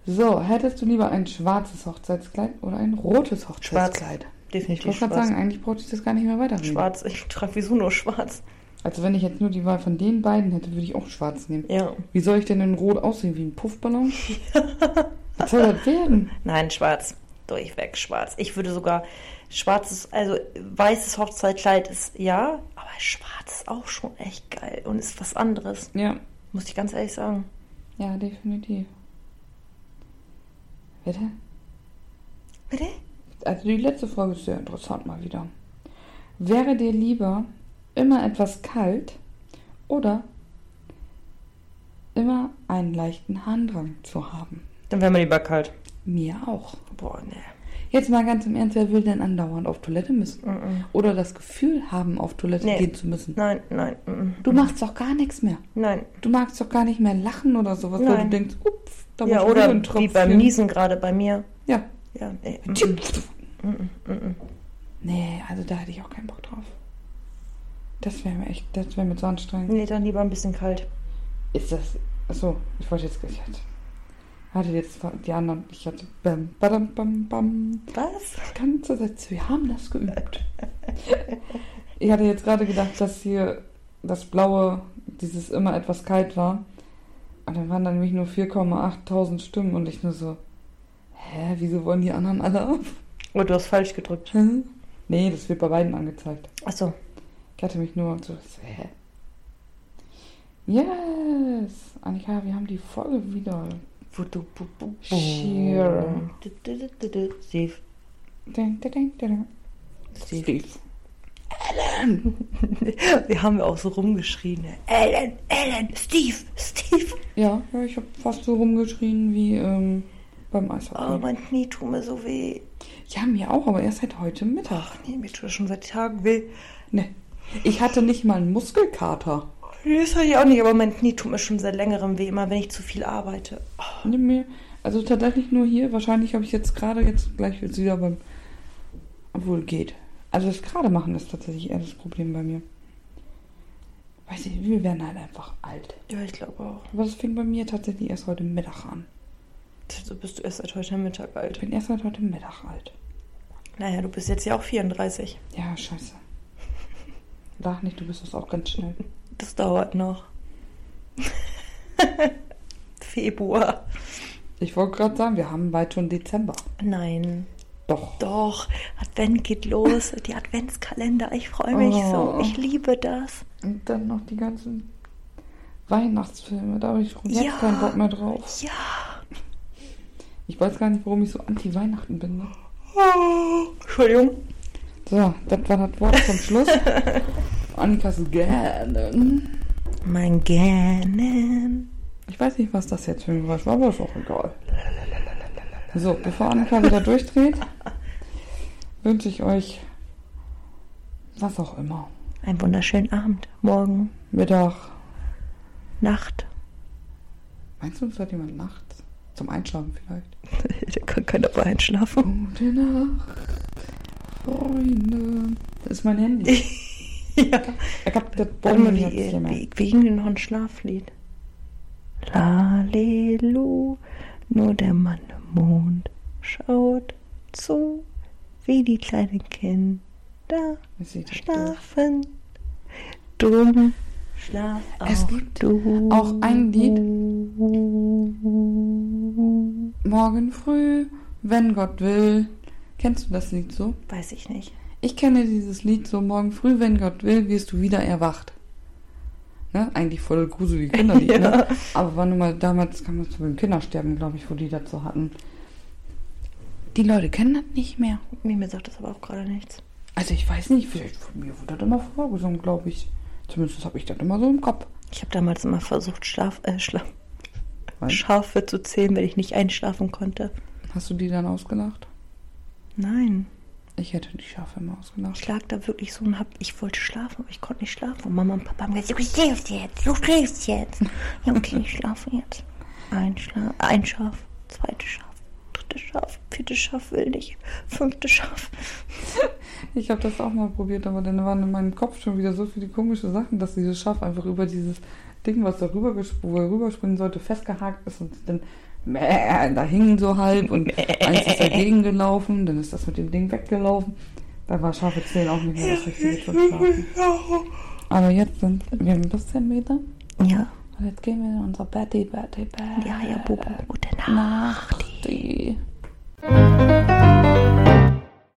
S1: So, hättest du lieber ein schwarzes Hochzeitskleid oder ein rotes Hochzeitskleid? Ich
S2: Definitiv
S1: wollte gerade
S2: schwarz.
S1: sagen, eigentlich brauchte ich das gar nicht mehr weiterreden.
S2: schwarz. Ich trage wieso nur schwarz?
S1: Also wenn ich jetzt nur die Wahl von den beiden hätte, würde ich auch schwarz nehmen.
S2: Ja.
S1: Wie soll ich denn in Rot aussehen? Wie ein Puffballon? Was soll das werden?
S2: Nein, schwarz. Durchweg schwarz. Ich würde sogar schwarzes, also weißes Hochzeitkleid ist ja, aber schwarz ist auch schon echt geil und ist was anderes.
S1: Ja,
S2: Muss ich ganz ehrlich sagen.
S1: ja, definitiv. Bitte?
S2: Bitte?
S1: Also die letzte Frage ist sehr interessant mal wieder. Wäre dir lieber immer etwas kalt oder immer einen leichten Harndrang zu haben?
S2: Dann wäre mir lieber kalt.
S1: Mir auch.
S2: Boah, ne.
S1: Jetzt mal ganz im Ernst, wer will denn andauernd auf Toilette müssen?
S2: Mm-mm.
S1: Oder das Gefühl haben, auf Toilette
S2: Nee.
S1: gehen zu müssen?
S2: Nein, nein, mm-mm.
S1: Du machst doch gar nichts mehr.
S2: nein.
S1: Du magst doch gar nicht mehr lachen oder sowas, weil du
S2: Nein.
S1: denkst, upf, da
S2: ja,
S1: muss
S2: oder
S1: wieder ein
S2: wie
S1: Tropfen.
S2: beim Niesen gerade bei mir.
S1: Ja.
S2: Ja, nee. mm-mm.
S1: Nee, also da hätte ich auch keinen Bock drauf. Das wäre mir echt, das wäre mir zu anstrengend.
S2: Nee, dann lieber ein bisschen kalt.
S1: Ist das. Achso, ich wollte jetzt. Ich hatte, hatte jetzt die anderen. Ich hatte. Bam, badam, bam, bam.
S2: Was?
S1: Die ganze Zeit. Wir haben das geübt. ich hatte jetzt gerade gedacht, dass hier das Blaue, dieses immer etwas kalt war. Und dann waren dann nämlich nur 4,8.000 Stimmen und ich nur so. Hä, wieso wollen die anderen alle ab?
S2: Oh, du hast falsch gedrückt.
S1: Hä? nee, das wird bei beiden angezeigt.
S2: Achso.
S1: Ich hatte mich nur so, hä? Yes! Annika, wir haben die Folge wieder. Sheer.
S2: Steve.
S1: Ding, ding, ding, ding.
S2: Steve.
S1: Steve.
S2: Wir haben ja auch so rumgeschrien. ne? Ellen, Ellen, Steve, Steve.
S1: Ja, ja ich habe fast so rumgeschrien wie ähm, beim
S2: Oh,
S1: Eishockey.
S2: mein Knie tut mir so weh.
S1: ja, mir auch, aber erst seit heute Mittag.
S2: Ach nee, mir tut das schon seit Tagen weh.
S1: Ne. Ich hatte nicht mal einen Muskelkater.
S2: Nee, Das hatte ich auch nicht, aber mein Knie tut mir schon seit längerem weh, immer wenn ich zu viel arbeite. Oh,
S1: Nimm mir, also tatsächlich nur hier. Wahrscheinlich habe ich jetzt gerade, jetzt gleich wird es wieder beim. Obwohl geht. Also das gerade machen ist tatsächlich eher das Problem bei mir. Weiß ich, wir werden halt einfach alt.
S2: ja, ich glaube auch.
S1: Aber das fing bei mir tatsächlich erst heute Mittag an.
S2: So Also bist du erst seit heute Mittag
S1: Ich
S2: alt.
S1: bin erst seit heute Mittag alt.
S2: Naja, du bist jetzt ja auch 34.
S1: Ja, scheiße. Lach nicht, du bist das auch ganz schnell.
S2: Das dauert noch. Februar.
S1: Ich wollte gerade sagen, wir haben bald schon Dezember.
S2: Nein.
S1: Doch.
S2: Doch, Advent geht los. Die Adventskalender, ich freue mich
S1: Oh.
S2: so. Ich liebe das.
S1: Und dann noch die ganzen Weihnachtsfilme. Da habe ich schon jetzt
S2: Ja.
S1: keinen Bock mehr drauf.
S2: Ja.
S1: Ich weiß gar nicht, warum ich so anti-Weihnachten bin. Ne?
S2: Entschuldigung.
S1: So, das war das Wort zum Schluss. Annikas Gähnen.
S2: Mein Gähnen.
S1: Ich weiß nicht, was das jetzt für ein Geräusch war, aber ist auch egal. So, bevor Annika wieder durchdreht, wünsche ich euch was auch immer.
S2: Einen wunderschönen Abend. Morgen,
S1: Mittag.
S2: Nacht.
S1: Meinst du, es hat jemand nachts? Zum Einschlafen vielleicht.
S2: da kann keiner bei einschlafen.
S1: Gute Nacht, Freunde. Das ist mein Handy.
S2: ja.
S1: Ich hab das Bäume
S2: Dann,
S1: nicht
S2: wie,
S1: mehr.
S2: wie, wie ging denn noch ein Schlaflied? Lalelu, nur der Mann im Mond schaut zu, wie die kleinen Kinder
S1: Ich seh das Bild.
S2: schlafen. Drum schlaf auch
S1: Es gibt
S2: du.
S1: auch ein Lied. Morgen früh, wenn Gott will. Kennst du das Lied so?
S2: Weiß ich nicht.
S1: Ich kenne dieses Lied so, morgen früh, wenn Gott will, wirst du wieder erwacht. Ne? Eigentlich voll gruselig Kinderlied,
S2: Ja.
S1: ne? Aber war nun mal, damals kam das zu dem Kindersterben, glaube ich, wo die dazu hatten. Die Leute kennen das nicht mehr.
S2: Mir mir sagt das aber auch gerade nichts.
S1: Also ich weiß nicht, vielleicht von mir wurde das immer vorgesungen, glaube ich. Zumindest habe ich das immer so im Kopf.
S2: Ich habe damals immer versucht, Schlaf, äh, Schlaf,
S1: Was?
S2: Schafe zu zählen, wenn ich nicht einschlafen konnte.
S1: Hast du die dann ausgelacht?
S2: Nein.
S1: Ich hätte die Schafe immer ausgelacht.
S2: Ich lag da wirklich so und hab, ich wollte schlafen, aber ich konnte nicht schlafen. Und Mama und Papa haben gesagt, du schläfst jetzt, du schläfst jetzt. Ja, okay, ich schlafe jetzt. Ein, Schla ein Schaf, zweites Schaf, drittes Schaf, viertes Schaf will nicht, fünftes Schaf.
S1: Ich habe das auch mal probiert, aber dann waren in meinem Kopf schon wieder so viele komische Sachen, dass dieses Schaf einfach über dieses Ding, was da rüber gesp- wo er rüberspringen sollte, festgehakt ist und dann mäh, da hing so halb und eins ist dagegen gelaufen, dann ist das mit dem Ding weggelaufen. Da war Schafe zählen auch nicht mehr das Richtige zum Schlafen. Aber jetzt sind wir ein bisschen wieder und
S2: Ja,
S1: jetzt gehen wir in unser Betty, Betty, Betty.
S2: ja, ja, Bubu, gute Nacht.
S1: Nacht.